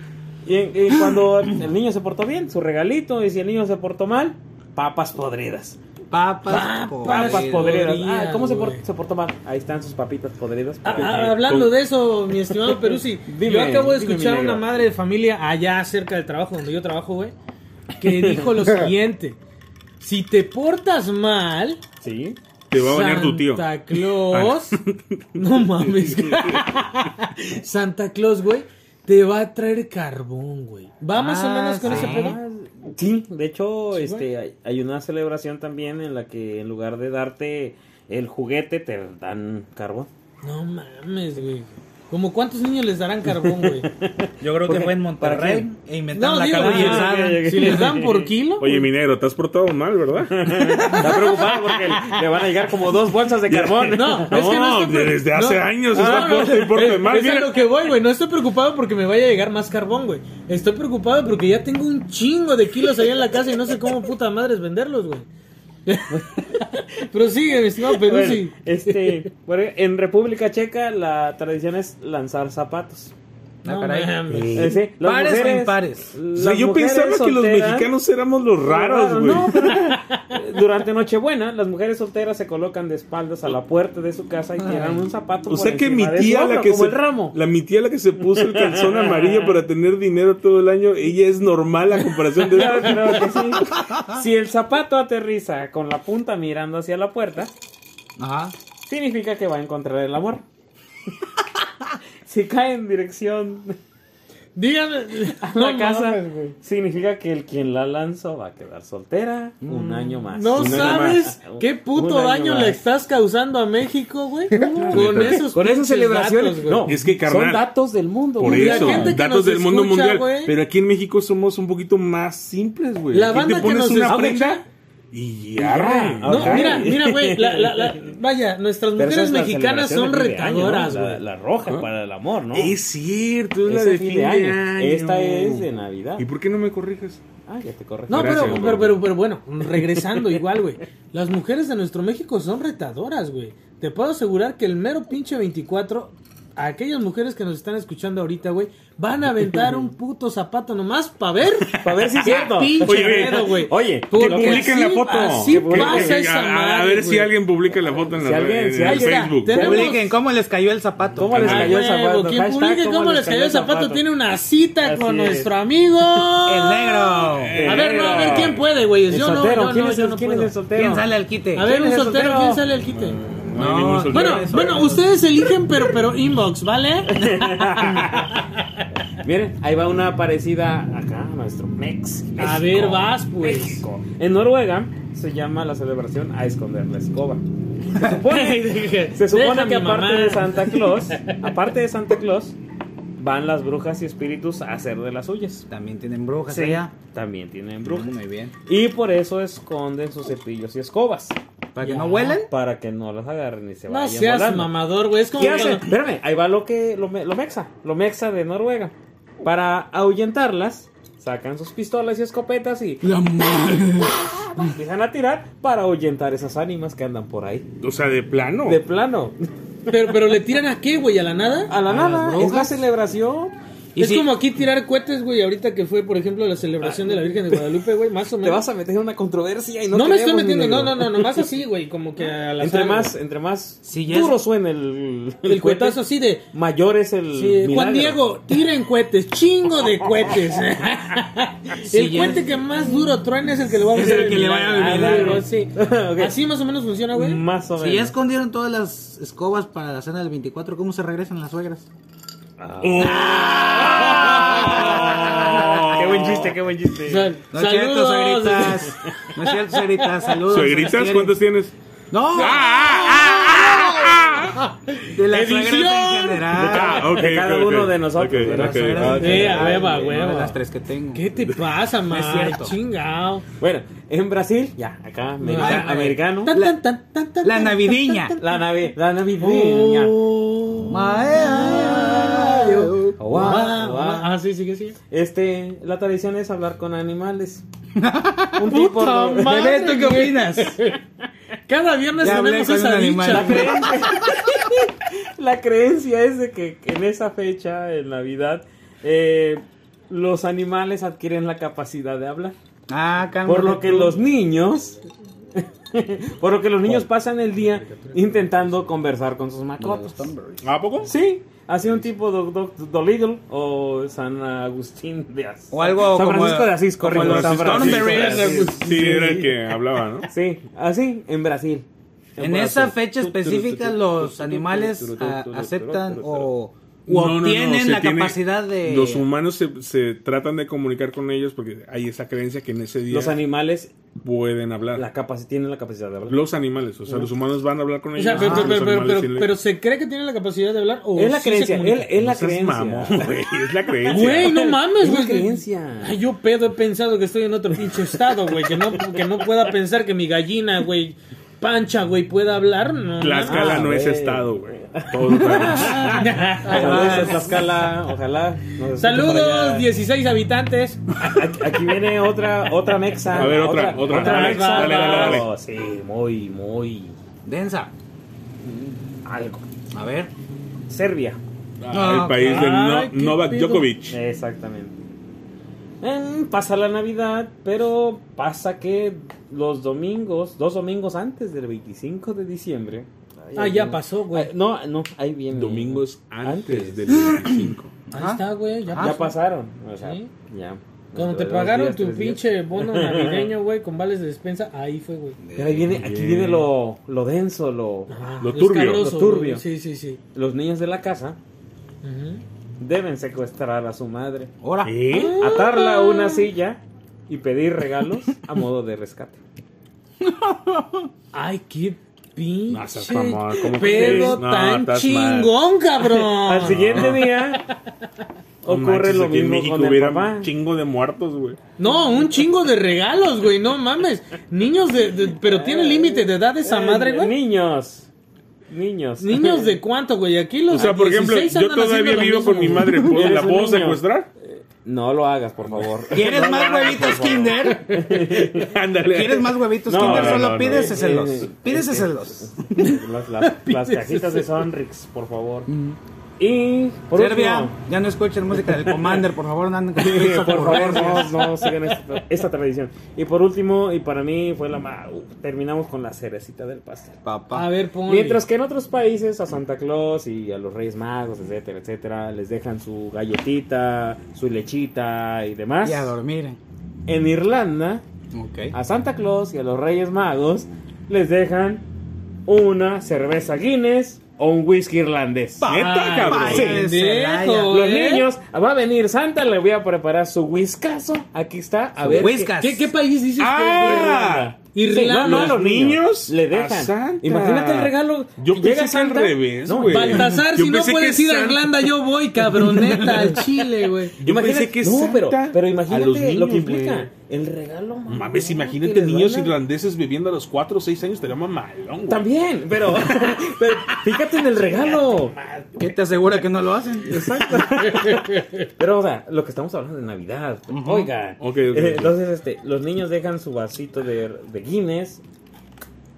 Speaker 3: y, y cuando el niño se portó bien, su regalito, y si el niño se portó mal, papas podridas.
Speaker 1: Papas,
Speaker 3: Papas podridas.
Speaker 6: podridas,
Speaker 3: Ah, ¿cómo se por-
Speaker 6: güey.
Speaker 3: se portó, mal? Ahí están sus papitas podridas.
Speaker 6: Ah, ah, hablando de eso, mi estimado Perusi,
Speaker 3: Dime,
Speaker 6: yo acabo de
Speaker 3: dime, mi
Speaker 6: escuchar a
Speaker 3: negro.
Speaker 6: una madre de familia allá cerca del trabajo donde yo trabajo, güey, que dijo lo siguiente: si te portas mal,
Speaker 3: Sí.
Speaker 4: Te va a bañar tu tío. Ah.
Speaker 6: Santa Claus, no mames, Santa Claus, güey, te va a traer carbón, güey. Va más o
Speaker 1: Ah,
Speaker 6: menos con
Speaker 1: sí.
Speaker 6: ese pedo.
Speaker 3: Sí, de hecho, este, hay, hay una celebración también en la que en lugar de darte el juguete, te dan carbón.
Speaker 6: No mames, güey. Como cuántos niños les darán carbón, güey.
Speaker 1: Yo creo que
Speaker 3: Porque-
Speaker 1: fue en
Speaker 3: ¿para
Speaker 1: Monterrey e inventaron
Speaker 6: No,
Speaker 1: la
Speaker 6: digo,
Speaker 1: cabra
Speaker 6: güey,
Speaker 1: asada.
Speaker 3: ya, ya, ya.
Speaker 6: Si les dan por kilo.
Speaker 4: Oye, mi negro, te has portado mal, ¿verdad?
Speaker 3: Está preocupado porque le van a llegar como dos bolsas de carbón.
Speaker 6: No,
Speaker 4: No,
Speaker 6: es que no estoy pre-
Speaker 4: desde hace
Speaker 6: no.
Speaker 4: años
Speaker 6: No,
Speaker 4: está
Speaker 6: no,
Speaker 4: por- te portas
Speaker 6: es-
Speaker 4: mal.
Speaker 6: es a
Speaker 4: Mira,
Speaker 6: lo que voy, güey. No estoy preocupado porque me vaya a llegar más carbón, güey. Estoy preocupado porque ya tengo un chingo de kilos allá en la casa y no sé cómo puta madre es venderlos, güey. Pero sigue, mi estimado Perú,
Speaker 3: Bueno,
Speaker 6: sí.
Speaker 3: este, bueno, en República Checa la tradición es lanzar zapatos.
Speaker 1: Ah,
Speaker 6: No
Speaker 1: caray.
Speaker 6: mames.
Speaker 1: Sí.
Speaker 4: Eh,
Speaker 3: Es decir, las
Speaker 1: ¿Pares o
Speaker 3: mujeres-
Speaker 1: impares?
Speaker 4: o sea,
Speaker 3: las
Speaker 4: yo
Speaker 3: mujeres
Speaker 4: pensaba que los
Speaker 3: solteras-
Speaker 4: mexicanos éramos los raros, güey.
Speaker 3: No, pero, eh, durante Nochebuena, las mujeres solteras se colocan de espaldas a la puerta de su casa y tiran un zapato.
Speaker 4: O
Speaker 3: por
Speaker 4: sea que mi
Speaker 3: encima de su
Speaker 4: tía
Speaker 3: hombro,
Speaker 4: la que
Speaker 3: como
Speaker 4: se
Speaker 3: el ramo.
Speaker 4: la mi tía la que se puso el calzón amarillo para tener dinero todo el año, ella es normal a comparación de
Speaker 3: Claro, claro que sí. Si el zapato aterriza con la punta mirando hacia la puerta,
Speaker 1: Ajá.
Speaker 3: significa que va a encontrar el amor. Si cae en dirección
Speaker 6: Dígame.
Speaker 3: a
Speaker 6: No
Speaker 3: la casa,
Speaker 6: mames, güey.
Speaker 3: significa que el quien la lanzó va a quedar soltera un año más.
Speaker 6: Mm. No
Speaker 3: Un año
Speaker 6: sabes
Speaker 3: más.
Speaker 6: qué puto
Speaker 3: Un año
Speaker 6: daño
Speaker 3: más.
Speaker 6: le estás causando a México, güey. Con esos
Speaker 3: Con esas
Speaker 6: pinches
Speaker 3: celebraciones.
Speaker 6: datos, güey.
Speaker 3: no,
Speaker 4: Es que, carnal,
Speaker 3: son datos del mundo.
Speaker 4: Por
Speaker 3: güey.
Speaker 6: la
Speaker 4: eso,
Speaker 6: gente que nos
Speaker 4: datos del mundo
Speaker 6: escucha,
Speaker 4: mundial.
Speaker 6: güey.
Speaker 4: Pero aquí en México somos un poquito más simples, güey.
Speaker 6: La
Speaker 4: Aquí
Speaker 6: banda
Speaker 4: te
Speaker 6: que
Speaker 4: pones
Speaker 6: nos
Speaker 4: una
Speaker 6: escucha-
Speaker 4: prenda Y arre.
Speaker 3: Ah,
Speaker 6: No,
Speaker 3: ok.
Speaker 6: mira, mira, güey. la- la- la- vaya, nuestras
Speaker 3: Pero esa
Speaker 6: mujeres
Speaker 3: es la
Speaker 6: mexicanas
Speaker 3: celebración
Speaker 6: son
Speaker 3: de fin de año, ¿no?
Speaker 6: retadoras,
Speaker 3: La,
Speaker 6: güey. ¿Ah?
Speaker 3: la roja para el amor, ¿no?
Speaker 4: Es cierto, es la
Speaker 3: Esa
Speaker 4: de fin de año.
Speaker 3: Esta es de Navidad.
Speaker 4: ¿Y por qué no me corriges?
Speaker 3: Ah, ya te corregí.
Speaker 6: No, pues,
Speaker 4: Gracias,
Speaker 6: pero,
Speaker 4: güey.
Speaker 6: pero, pero, pero bueno, regresando igual, güey. Las mujeres de nuestro México son retadoras, güey. Te puedo asegurar que el mero pinche 24, a aquellas mujeres que nos están escuchando ahorita, güey, van a aventar un puto zapato nomás para ver.
Speaker 3: Para ver si es
Speaker 6: qué
Speaker 3: cierto.
Speaker 6: pinche
Speaker 4: Oye,
Speaker 6: pedo, güey.
Speaker 3: oye, que
Speaker 6: Porque
Speaker 4: publiquen la
Speaker 6: así-
Speaker 4: foto.
Speaker 6: así
Speaker 4: Que
Speaker 6: pasa
Speaker 4: publiquen-
Speaker 6: esa
Speaker 4: a- a,
Speaker 6: madre,
Speaker 4: ver si
Speaker 6: güey.
Speaker 4: alguien publica la foto en,
Speaker 3: Si
Speaker 4: la-
Speaker 3: alguien-
Speaker 4: en
Speaker 3: si
Speaker 4: el
Speaker 3: alguien-
Speaker 4: Facebook.
Speaker 6: Tenemos-
Speaker 1: Publiquen cómo les cayó el zapato.
Speaker 3: ¿Cómo les
Speaker 6: Ah,
Speaker 3: cayó el
Speaker 6: huevo,
Speaker 3: zapato?
Speaker 6: Quien
Speaker 3: Hashtag,
Speaker 6: publique
Speaker 3: ¿cómo
Speaker 6: cómo les cayó el zapato tiene una cita
Speaker 3: Así
Speaker 6: con
Speaker 3: es.
Speaker 6: nuestro amigo.
Speaker 1: Ah,
Speaker 6: Ah,
Speaker 1: El negro.
Speaker 4: Eh,
Speaker 6: A ver, no, a ver
Speaker 4: negro.
Speaker 6: quién puede, güey.
Speaker 3: El
Speaker 6: Yo no,
Speaker 3: soltero,
Speaker 6: yo no,
Speaker 3: ¿quién es
Speaker 6: yo
Speaker 3: el-
Speaker 6: no
Speaker 3: quién es
Speaker 6: puedo.
Speaker 3: el soltero?
Speaker 1: ¿Quién sale al quite?
Speaker 6: A ver,
Speaker 3: ¿Quién
Speaker 6: un
Speaker 3: es el
Speaker 6: soltero,
Speaker 3: soltero?
Speaker 6: ¿quién sale al quite?
Speaker 4: No hay ningún soltero.
Speaker 6: Bueno, bueno, ustedes eligen, pero, pero inbox, ¿vale?
Speaker 3: Miren, ahí va una parecida acá, nuestro Mex. México.
Speaker 6: A ver, vas, pues.
Speaker 3: México. En Noruega se llama la celebración a esconder la escoba. Se supone, se supone
Speaker 6: Deja
Speaker 3: que
Speaker 6: mi
Speaker 3: aparte
Speaker 6: mamá.
Speaker 3: de Santa Claus, aparte de Santa Claus, van las brujas y espíritus a hacer de las suyas.
Speaker 1: También tienen brujas
Speaker 3: Sí,
Speaker 1: allá.
Speaker 3: También tienen brujas.
Speaker 1: Muy bien.
Speaker 3: Y por eso esconden sus cepillos y escobas.
Speaker 1: Para que no huelen.
Speaker 3: Para que no las agarren y se
Speaker 6: No
Speaker 3: vayan
Speaker 6: seas
Speaker 3: volando.
Speaker 6: mamador, güey. Es como
Speaker 3: ¿Qué hacen?
Speaker 6: cuando-
Speaker 3: Espérame, ahí va lo que lo, me- lo mexa, lo mexa de Noruega. Para ahuyentarlas, sacan sus pistolas y escopetas y
Speaker 4: La madre.
Speaker 3: empiezan a tirar para ahuyentar esas ánimas que andan por ahí.
Speaker 4: O sea, de plano.
Speaker 3: De plano,
Speaker 6: pero, pero le tiran a qué, güey, a la nada.
Speaker 3: a la nada, es la
Speaker 1: brujas?
Speaker 3: celebración.
Speaker 1: ¿Y
Speaker 6: es
Speaker 1: si-
Speaker 6: como aquí tirar cohetes, güey, ahorita que fue, por ejemplo, la celebración de la Virgen de Guadalupe, güey, más o menos.
Speaker 3: Te vas a meter en una controversia y no
Speaker 6: no me estoy
Speaker 3: queremos, mi
Speaker 6: metiendo, no,
Speaker 3: negro.
Speaker 6: no, no, nomás así, güey, como que a la
Speaker 3: Entre
Speaker 6: sala,
Speaker 3: más,
Speaker 6: güey.
Speaker 3: entre más
Speaker 1: Sí, ya es-
Speaker 3: duro suena el,
Speaker 6: El
Speaker 3: cohete,
Speaker 6: cuetazo así de...
Speaker 3: mayor es el
Speaker 6: sí, Juan
Speaker 3: milagro.
Speaker 6: Diego, tiren cohetes, chingo de cohetes. el
Speaker 1: ya
Speaker 6: cohete
Speaker 1: es-
Speaker 6: que más duro truena es el que le va a
Speaker 1: Es el que le va a
Speaker 6: milagro.
Speaker 1: dar el
Speaker 6: Ah,
Speaker 1: milagro.
Speaker 6: sí.
Speaker 3: Ok.
Speaker 6: Así más o menos funciona, güey.
Speaker 3: Más o menos.
Speaker 1: Si ya escondieron todas las escobas para la cena del 24, ¿cómo se regresan las suegras?
Speaker 3: Ah, Qué buen chiste, qué buen chiste.
Speaker 6: Sal-
Speaker 1: No es cierto,
Speaker 6: saludos.
Speaker 1: suegritas. No es cierto, suegritas. Saludos. ¿Se
Speaker 4: ¿Suegritas?
Speaker 1: quieren?
Speaker 4: ¿Cuántos Ah, tienes?
Speaker 1: No. De las suegras en general.
Speaker 4: Ah, ok,
Speaker 3: De cada
Speaker 4: ok, ok.
Speaker 3: uno de nosotros,
Speaker 4: Ok,
Speaker 3: de las
Speaker 4: ok.
Speaker 3: suegras.
Speaker 4: Ah, ok.
Speaker 6: Eh, a hueva, a
Speaker 1: No, de
Speaker 6: hueva.
Speaker 1: las tres que tengo.
Speaker 6: ¿Qué te pasa, man?
Speaker 1: es cierto.
Speaker 6: Chingao.
Speaker 3: Bueno, en Brasil, ya, acá, america-
Speaker 1: güey.
Speaker 3: americano.
Speaker 6: Tan, tan, tan, tan, tan,
Speaker 1: La
Speaker 6: tan,
Speaker 1: navideña.
Speaker 6: tan, tan,
Speaker 3: La Navidad, la
Speaker 6: tan.
Speaker 3: navideña.
Speaker 6: Oh.
Speaker 1: Mae-
Speaker 3: Guau, guau.
Speaker 6: Ah, sí, sí, que sí.
Speaker 3: Este, la tradición es hablar con animales. Un tipo
Speaker 6: Puta
Speaker 3: de-
Speaker 6: madre,
Speaker 1: Bebé, ¿tú qué
Speaker 6: güey.
Speaker 1: opinas?
Speaker 6: Cada viernes
Speaker 1: Ya hablé
Speaker 6: tenemos
Speaker 1: con
Speaker 6: esa
Speaker 1: un
Speaker 6: dicha.
Speaker 1: animal.
Speaker 6: güey.
Speaker 3: La creencia es de que que en esa fecha, en Navidad, eh, los animales adquieren la capacidad de hablar.
Speaker 1: Ah, cálmate
Speaker 3: Por lo que
Speaker 1: tú.
Speaker 3: los niños. por lo que los niños pasan el día intentando conversar con sus mascotas.
Speaker 4: ¿A poco?
Speaker 3: Sí, así un tipo de Dolittle o San Agustín de Asís.
Speaker 1: O algo
Speaker 3: San
Speaker 1: como-
Speaker 3: Francisco de Asís,
Speaker 1: como
Speaker 3: correcto.
Speaker 1: los
Speaker 3: San Francisco de
Speaker 1: Thornberrys.
Speaker 3: Asís.
Speaker 4: Sí, era el que hablaba, ¿no?
Speaker 3: Sí, así en Brasil.
Speaker 1: En esa fecha específica los animales ah, aceptan o u
Speaker 4: No, no, no,
Speaker 1: obtienen
Speaker 4: se
Speaker 1: la
Speaker 4: tiene-
Speaker 1: capacidad de...
Speaker 4: Los humanos se, se tratan de comunicar con ellos porque hay esa creencia que en ese día
Speaker 3: Los animales
Speaker 4: pueden hablar.
Speaker 3: la capaci- tienen la capacidad de hablar.
Speaker 4: Los animales, o sea, los humanos van a hablar con
Speaker 6: O
Speaker 4: ellos.
Speaker 6: sea, pero,
Speaker 4: ah,
Speaker 6: pero,
Speaker 4: los
Speaker 6: pero, pero,
Speaker 4: animales
Speaker 6: pero,
Speaker 4: tienen-
Speaker 6: pero se cree que tiene la capacidad de hablar o
Speaker 3: es la
Speaker 6: sí se
Speaker 3: creencia,
Speaker 6: comunica?
Speaker 3: él- es la
Speaker 4: No seas
Speaker 3: creencia.
Speaker 4: mamón, güey, es la creencia.
Speaker 6: Güey, no mames,
Speaker 3: Es una
Speaker 6: güey. que-
Speaker 3: creencia.
Speaker 6: Ay, yo pedo he pensado que estoy en otro pinche estado, güey. Que no, que no pueda pensar que mi gallina, güey, pancha, güey, pueda hablar. No,
Speaker 4: Tlaxcala
Speaker 3: Ah,
Speaker 4: no es
Speaker 3: güey.
Speaker 4: estado, güey. Todo lo sabemos.
Speaker 6: Ah,
Speaker 3: Saludos a Tlaxcala, ojalá. nos escuchen por allá.
Speaker 6: Saludos, 16 habitantes.
Speaker 3: Aquí, aquí viene otra otra mexa.
Speaker 4: A ver, otra, otra.
Speaker 6: Dale,
Speaker 3: mexa.
Speaker 6: dale,
Speaker 4: dale,
Speaker 3: Oh, sí, muy, muy.
Speaker 1: Densa.
Speaker 3: Algo.
Speaker 1: A ver.
Speaker 3: Serbia.
Speaker 4: el país de No-
Speaker 6: ay, qué
Speaker 4: Novak
Speaker 6: pedo.
Speaker 4: Djokovic.
Speaker 3: Exactamente. Em, pasa la Navidad, pero pasa que los domingos, dos domingos antes del 25 de diciembre. Ay,
Speaker 6: Ah,
Speaker 3: ahí
Speaker 6: ya
Speaker 3: viene.
Speaker 6: pasó, güey.
Speaker 3: Ay, no, no, ahí viene.
Speaker 4: Domingos antes del 25.
Speaker 6: Ahí está, güey. Ya
Speaker 3: Ah, Ya
Speaker 6: pasó.
Speaker 3: pasaron. O sea,
Speaker 6: Sí.
Speaker 3: ya.
Speaker 6: Cuando te
Speaker 3: Dos
Speaker 6: pagaron
Speaker 3: días,
Speaker 6: tu
Speaker 3: tres días.
Speaker 6: pinche bono navideño, güey, con vales de despensa, ahí fue, güey.
Speaker 3: Pero ahí viene, aquí viene lo, lo denso, lo,
Speaker 6: Ah,
Speaker 4: Lo
Speaker 6: es
Speaker 4: turbio,
Speaker 6: cabroso,
Speaker 3: lo turbio.
Speaker 6: güey. Sí, sí, sí.
Speaker 3: los niños de la casa
Speaker 6: Ujú.
Speaker 3: deben secuestrar a su madre,
Speaker 1: Ahora.
Speaker 4: ¿Eh?
Speaker 6: Ah.
Speaker 3: atarla a una silla y pedir regalos a modo de rescate.
Speaker 6: Ay, qué
Speaker 4: No seas
Speaker 6: pinche
Speaker 4: mamón, ¿cómo
Speaker 6: pedo
Speaker 4: crees? No,
Speaker 6: tan
Speaker 4: estás mal.
Speaker 6: chingón, cabrón.
Speaker 3: Al siguiente día ocurre lo
Speaker 4: aquí en
Speaker 3: mismo
Speaker 4: México
Speaker 3: con el
Speaker 4: hubiera
Speaker 3: papá.
Speaker 4: un chingo de muertos, güey.
Speaker 6: No, un chingo de regalos, güey, no mames. Niños de, de- pero tiene límite de edad esa
Speaker 3: Eh,
Speaker 6: madre, güey.
Speaker 3: Niños. Niños.
Speaker 6: Niños de cuánto, güey? Aquí los
Speaker 4: O sea, por ejemplo,
Speaker 6: 16
Speaker 4: yo
Speaker 6: andan haciendo
Speaker 4: todavía
Speaker 6: lo
Speaker 4: vivo
Speaker 6: mismo,
Speaker 4: con mi
Speaker 6: güey.
Speaker 4: madre. ¿puedo- ¿La
Speaker 3: Eres un
Speaker 4: puedo
Speaker 3: niño.
Speaker 4: secuestrar?
Speaker 3: No lo hagas, por favor.
Speaker 1: ¿Quieres más huevitos Kinder?
Speaker 4: Ándale.
Speaker 1: ¿Quieres más huevitos
Speaker 3: No,
Speaker 1: Kinder?
Speaker 3: no,
Speaker 1: Solo
Speaker 3: no,
Speaker 1: pídeseselos.
Speaker 3: no, no.
Speaker 1: Pídeseselos.
Speaker 3: Las, las- las cajitas de Sonrix, por favor.
Speaker 6: Mm.
Speaker 3: Y por
Speaker 1: Serbia,
Speaker 3: último,
Speaker 1: ya no escuchen música del Commander, por favor, no anden con
Speaker 3: Sí,
Speaker 1: eso,
Speaker 3: por favor,
Speaker 1: no.
Speaker 3: no, no sigan esta, esta tradición. Y por último, y para mí fue la más. terminamos con la cerecita del pastel.
Speaker 6: A ver, pon.
Speaker 3: Mientras que en otros países a Santa Claus y a los Reyes Magos, etcétera, etcétera, les dejan su galletita, su lechita y demás.
Speaker 1: Y a dormir. eh. Ah,
Speaker 3: En Irlanda,
Speaker 1: Ok.
Speaker 3: a Santa Claus y a los Reyes Magos les dejan una cerveza Guinness o un whisky irlandés.
Speaker 4: ¿Neta, cabrón?
Speaker 1: vaya.
Speaker 6: pendejo,
Speaker 3: Los
Speaker 6: ¿eh?
Speaker 3: niños, "Ah, va a venir Santa, le voy a preparar su whiskazo. Aquí está, a ver.
Speaker 1: Whiskas.
Speaker 6: ¿Qué, qué país dices?
Speaker 4: ¡Ah!
Speaker 6: que es de
Speaker 3: No,
Speaker 6: Irlanda?
Speaker 3: no, los
Speaker 4: niños
Speaker 3: niños le
Speaker 4: a
Speaker 3: dejan.
Speaker 4: Santa.
Speaker 3: Imagínate el regalo.
Speaker 4: Yo
Speaker 3: que
Speaker 4: pensé que al revés, güey.
Speaker 6: Baltasar,
Speaker 4: Yo
Speaker 6: si no
Speaker 4: pensé que
Speaker 6: puedes ir a
Speaker 4: Santa-
Speaker 6: Irlanda, yo voy, cabroneta, al Chile, güey.
Speaker 4: Yo pensé que
Speaker 3: no, pero,
Speaker 4: Santa
Speaker 3: pero
Speaker 4: a
Speaker 3: imagínate
Speaker 4: los
Speaker 3: lo
Speaker 4: niños,
Speaker 3: que implica.
Speaker 4: güey.
Speaker 3: El regalo, mamón,
Speaker 4: Mames,
Speaker 3: que
Speaker 4: imagínate
Speaker 3: les
Speaker 4: niños
Speaker 3: van a-
Speaker 4: irlandeses bebiendo a los 4 o 6 años, estaría mamalón, güey.
Speaker 3: También, pero, pero fíjate en el regalo.
Speaker 1: ¿Qué te asegura que no lo hacen?
Speaker 3: Exacto. Pero, o sea, lo que estamos hablando de Navidad. Oiga.
Speaker 4: Ok, ok,
Speaker 3: Eh,
Speaker 4: ok.
Speaker 3: Entonces, este, los niños dejan su vasito de, de Guinness,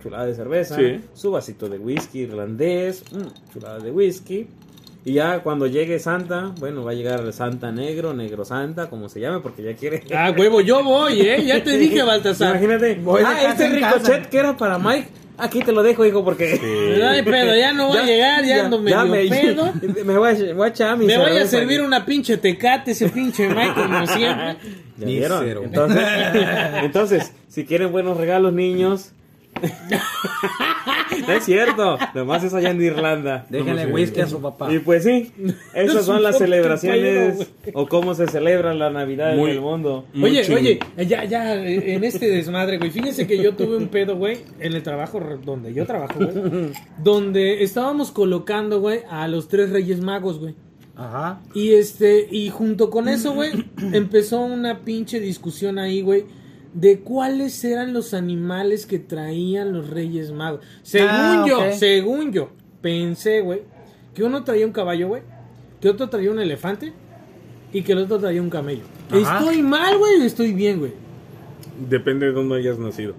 Speaker 3: chulada de cerveza,
Speaker 4: Sí.
Speaker 3: su vasito de whisky irlandés, mm, chulada de whisky. Y ya cuando llegue Santa, bueno, va a llegar el Santa Negro, Negro Santa, como se llame, porque ya quiere.
Speaker 6: Ah, huevo, yo voy, ¿eh? Ya te dije, Baltasar.
Speaker 3: Imagínate.
Speaker 1: Voy de
Speaker 3: ah,
Speaker 1: casa
Speaker 3: este
Speaker 1: en casa".
Speaker 3: ricochet que era para Mike. Aquí te lo dejo, hijo, porque.
Speaker 6: No hay pedo, ya no voy a llegar, ya, ando medio pedo.
Speaker 3: me, me voy a, voy a echar mi
Speaker 6: Me voy a
Speaker 3: cerveza
Speaker 6: servir
Speaker 3: aquí.
Speaker 6: una pinche tecate, ese pinche Mike, como siempre.
Speaker 3: ¿Ya
Speaker 1: Ni
Speaker 3: vieron?
Speaker 1: cero.
Speaker 3: Entonces, entonces, si quieren buenos regalos, niños. no es cierto. Nomás es allá en Irlanda.
Speaker 1: Déjenle whisky a su papá.
Speaker 3: Y pues sí, esas son las
Speaker 6: Su
Speaker 3: celebraciones
Speaker 6: compañero,
Speaker 3: o cómo se celebra la Navidad
Speaker 4: Muy-
Speaker 3: en el mundo.
Speaker 4: Muy
Speaker 6: Oye,
Speaker 4: chingón.
Speaker 6: oye, ya, ya, eh, en este desmadre, güey. Fíjense que yo tuve un pedo, güey, en el trabajo re- donde yo trabajo, güey. Donde estábamos colocando, güey, a los tres Reyes Magos, güey.
Speaker 1: Ajá.
Speaker 6: Y este, y junto con eso, güey, empezó una pinche discusión ahí, güey, de cuáles eran los animales que traían los Reyes Magos. Según
Speaker 1: Ah,
Speaker 6: yo,
Speaker 1: ok.
Speaker 6: según yo, pensé, güey, que uno traía un caballo, güey, que otro traía un elefante y que el otro traía un camello.
Speaker 1: Ajá.
Speaker 6: Estoy mal, güey, o estoy bien, güey.
Speaker 4: Depende de dónde hayas nacido.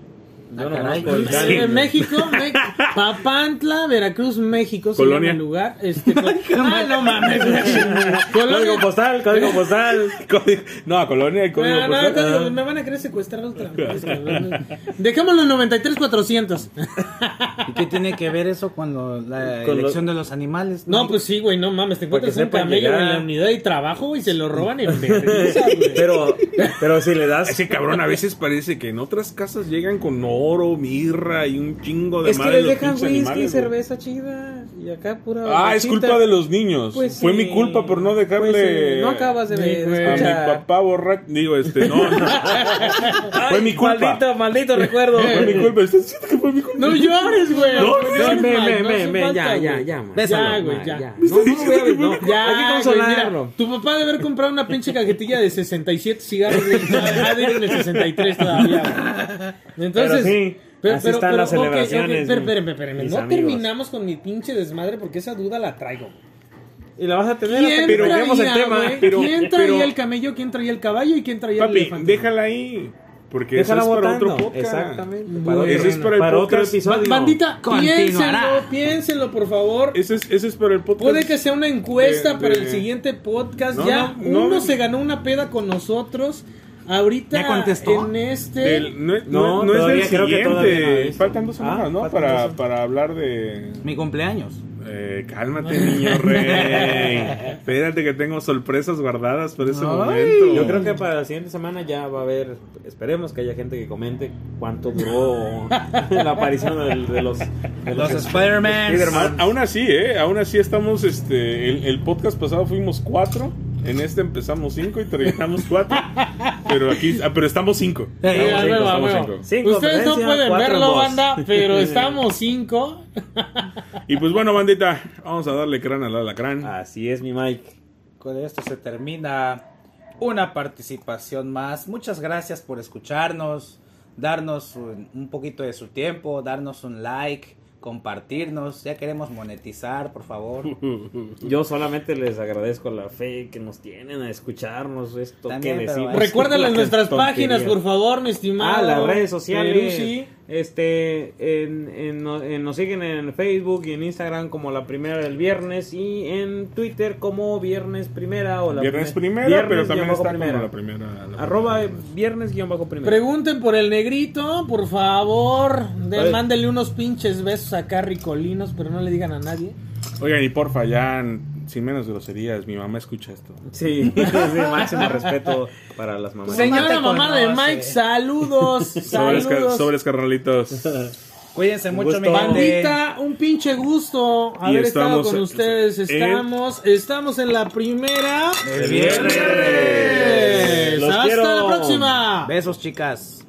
Speaker 1: Ah,
Speaker 3: Yo no
Speaker 1: caray.
Speaker 3: conozco el
Speaker 4: Sí.
Speaker 3: Gandhi.
Speaker 6: Eh, México, Me- Papantla, Veracruz, México, se
Speaker 4: Colonia.
Speaker 6: llama el lugar. Este, ah, no mames, güey.
Speaker 3: Código
Speaker 6: Colonia-
Speaker 1: pues,
Speaker 3: postal, código postal.
Speaker 4: Código- No, Colonia, el código
Speaker 6: No, no,
Speaker 4: postal.
Speaker 6: código,
Speaker 4: Ah.
Speaker 6: me van a querer secuestrar otra vez. cabrón. Dejémoslo en 93400.
Speaker 1: ¿Y qué tiene que ver eso con lo- la
Speaker 3: Con lo-
Speaker 1: elección de los animales?
Speaker 6: No, pues sí, güey, no mames, te
Speaker 3: Porque
Speaker 6: encuentras un
Speaker 3: sepan
Speaker 6: camello
Speaker 3: llegar.
Speaker 6: en la unidad y trabajo, güey, se lo roban en vergüenza, güey.
Speaker 3: Pero, pero si le das.
Speaker 4: Ese cabrón a veces parece que en otras casas llegan con oro, mirra y un chingo de
Speaker 3: Es que
Speaker 4: madre
Speaker 3: les
Speaker 4: los
Speaker 3: dejan
Speaker 4: pinches
Speaker 3: whisky
Speaker 4: animales, güey.
Speaker 3: cerveza chida. Y acá pura.
Speaker 4: Ah, es
Speaker 3: bachita.
Speaker 4: culpa de los niños.
Speaker 3: Pues
Speaker 4: Fue
Speaker 3: sí.
Speaker 4: mi culpa por no dejarle.
Speaker 3: Pues sí, no acabas de
Speaker 6: Sí, güey.
Speaker 4: A mi
Speaker 3: escuchar.
Speaker 4: papá borracho. Digo, este, no. no. fue mi culpa. eh.
Speaker 3: Maldito, maldito recuerdo.
Speaker 4: Fue mi culpa. ¿Estás diciendo que fue mi culpa?
Speaker 6: No llores, güey.
Speaker 4: No,
Speaker 3: No,
Speaker 6: Mike,
Speaker 3: me, me,
Speaker 6: no
Speaker 3: me,
Speaker 6: hace
Speaker 3: me, ya,
Speaker 6: falta,
Speaker 3: ya,
Speaker 6: güey.
Speaker 3: ya, man.
Speaker 6: Ya,
Speaker 3: No,
Speaker 6: güey,
Speaker 3: man,
Speaker 6: ya.
Speaker 3: No, no, güey, no.
Speaker 6: Ya,
Speaker 3: Hay que
Speaker 6: güey, mira,
Speaker 3: consolarlo.
Speaker 6: tu papá debe haber comprado una pinche cajetilla de 67 cigarros. güey, Ha de ir en el 63 todavía. güey. Entonces,
Speaker 3: Pero sí, así están las
Speaker 6: ok, ok,
Speaker 3: celebraciones,
Speaker 6: pero,
Speaker 3: mis-
Speaker 6: espérame, espérame,
Speaker 3: mis
Speaker 6: No
Speaker 3: amigos.
Speaker 6: terminamos con mi pinche desmadre porque esa duda la traigo. güey.
Speaker 3: Y la vas a tener hasta
Speaker 6: ¿Quién
Speaker 3: que
Speaker 6: traía,
Speaker 3: cambiemos el tema.
Speaker 6: güey?
Speaker 4: pero-
Speaker 6: ¿Quién traía
Speaker 4: pero-
Speaker 6: el camello? ¿Quién traía el caballo? ¿Y quién traía el
Speaker 4: Papi,
Speaker 6: elefante?
Speaker 4: déjala ahí. Porque eso
Speaker 3: Déjala
Speaker 4: es para
Speaker 3: votando.
Speaker 4: otro podcast.
Speaker 3: Exactamente.
Speaker 6: Bueno.
Speaker 3: otro-
Speaker 4: Ese es para el
Speaker 3: otro
Speaker 4: podcast.
Speaker 6: Ba-
Speaker 3: episodio.
Speaker 6: Bandita,
Speaker 1: Continuará.
Speaker 6: piénsenlo, piénsenlo, por favor.
Speaker 4: Ese es, ese es para el podcast.
Speaker 6: Puede que sea una encuesta
Speaker 4: De- Pues, de-
Speaker 6: para el siguiente podcast.
Speaker 4: No,
Speaker 6: ya
Speaker 4: no, no,
Speaker 6: uno
Speaker 4: no.
Speaker 6: se ganó una peda con nosotros. Ahorita
Speaker 1: ¿Ya contestó?
Speaker 6: en este.
Speaker 4: Del- no,
Speaker 3: No,
Speaker 4: no- no
Speaker 3: todavía
Speaker 4: es del
Speaker 3: creo que todavía no
Speaker 4: siguiente.
Speaker 3: es.
Speaker 4: Faltan dos
Speaker 3: Ah,
Speaker 4: semanas, ¿no?
Speaker 3: faltan
Speaker 4: Para,
Speaker 3: dos.
Speaker 4: para hablar de.
Speaker 1: Mi cumpleaños.
Speaker 4: Eh, cálmate, niño rey. Espérate que tengo sorpresas guardadas por ese
Speaker 1: Ay.
Speaker 4: momento.
Speaker 3: Yo creo que para la siguiente semana ya va a haber, esperemos que haya gente que comente cuánto duró la aparición del- de los... de
Speaker 1: Los
Speaker 3: los-
Speaker 1: Spider-Man.
Speaker 4: A- aún así, ¿eh? Aún así estamos, este, el, el podcast pasado fuimos cuatro, en este empezamos cinco y terminamos cuatro, pero aquí, ah, pero estamos cinco.
Speaker 1: Eh,
Speaker 4: Estamos
Speaker 6: a
Speaker 4: cinco,
Speaker 6: huevo, a
Speaker 4: estamos
Speaker 6: huevo.
Speaker 4: cinco.
Speaker 3: Cinco
Speaker 6: Ustedes no
Speaker 3: conferencias,
Speaker 6: pueden
Speaker 3: cuatro
Speaker 6: verlo,
Speaker 3: en voz.
Speaker 6: banda, pero estamos cinco.
Speaker 3: Ah,
Speaker 4: Y pues bueno, bandita, vamos a darle crán al alacrán.
Speaker 3: Así es mi Mike.
Speaker 1: Con esto se termina una participación más. Muchas gracias por escucharnos, darnos un, un poquito de su tiempo, darnos un like, compartirnos. Ya queremos monetizar, por favor.
Speaker 3: Yo solamente les agradezco la fe que nos tienen a escucharnos esto
Speaker 1: También,
Speaker 3: que
Speaker 1: pero
Speaker 3: decimos.
Speaker 1: hay-
Speaker 6: Recuérdala en
Speaker 3: Qué
Speaker 6: nuestras
Speaker 3: tontería.
Speaker 6: páginas, por favor, mi estimado.
Speaker 3: Ah, las redes sociales.
Speaker 6: Perucci.
Speaker 3: Este, en- en- no- en- nos siguen en Facebook y en Instagram como la primera del viernes y en Twitter como viernes primera o la
Speaker 4: Viernes
Speaker 3: primer-
Speaker 4: primera,
Speaker 3: viernes
Speaker 4: pero
Speaker 3: guión
Speaker 4: también
Speaker 3: bajo
Speaker 4: está
Speaker 3: primera.
Speaker 4: como la primera. la
Speaker 3: Arroba
Speaker 4: primera.
Speaker 3: viernes guión bajo primera.
Speaker 6: Pregunten por el negrito, por favor. De-
Speaker 3: Oye.
Speaker 6: mándenle unos pinches besos acá ricolinos, pero no le digan a nadie.
Speaker 4: Oigan, y porfa, ya n- sin menos groserías, mi mamá escucha esto.
Speaker 3: Sí, sí, máximo respeto para las mamás.
Speaker 1: Sí. Ella
Speaker 6: Mamá,
Speaker 1: te
Speaker 6: la mamá de
Speaker 1: conoce.
Speaker 6: Mike, saludos.
Speaker 4: Sobres, car-
Speaker 6: saludos.
Speaker 4: sobres, carnalitos.
Speaker 1: Cuídense mucho, mi gente.
Speaker 6: Bandita, un pinche gusto haber estado
Speaker 4: estamos
Speaker 6: con
Speaker 4: en-
Speaker 6: ustedes.
Speaker 4: en-
Speaker 6: Estamos, estamos en la primera.
Speaker 3: viernes. Los
Speaker 6: Hasta
Speaker 3: quiero.
Speaker 6: la próxima.
Speaker 1: Besos, chicas.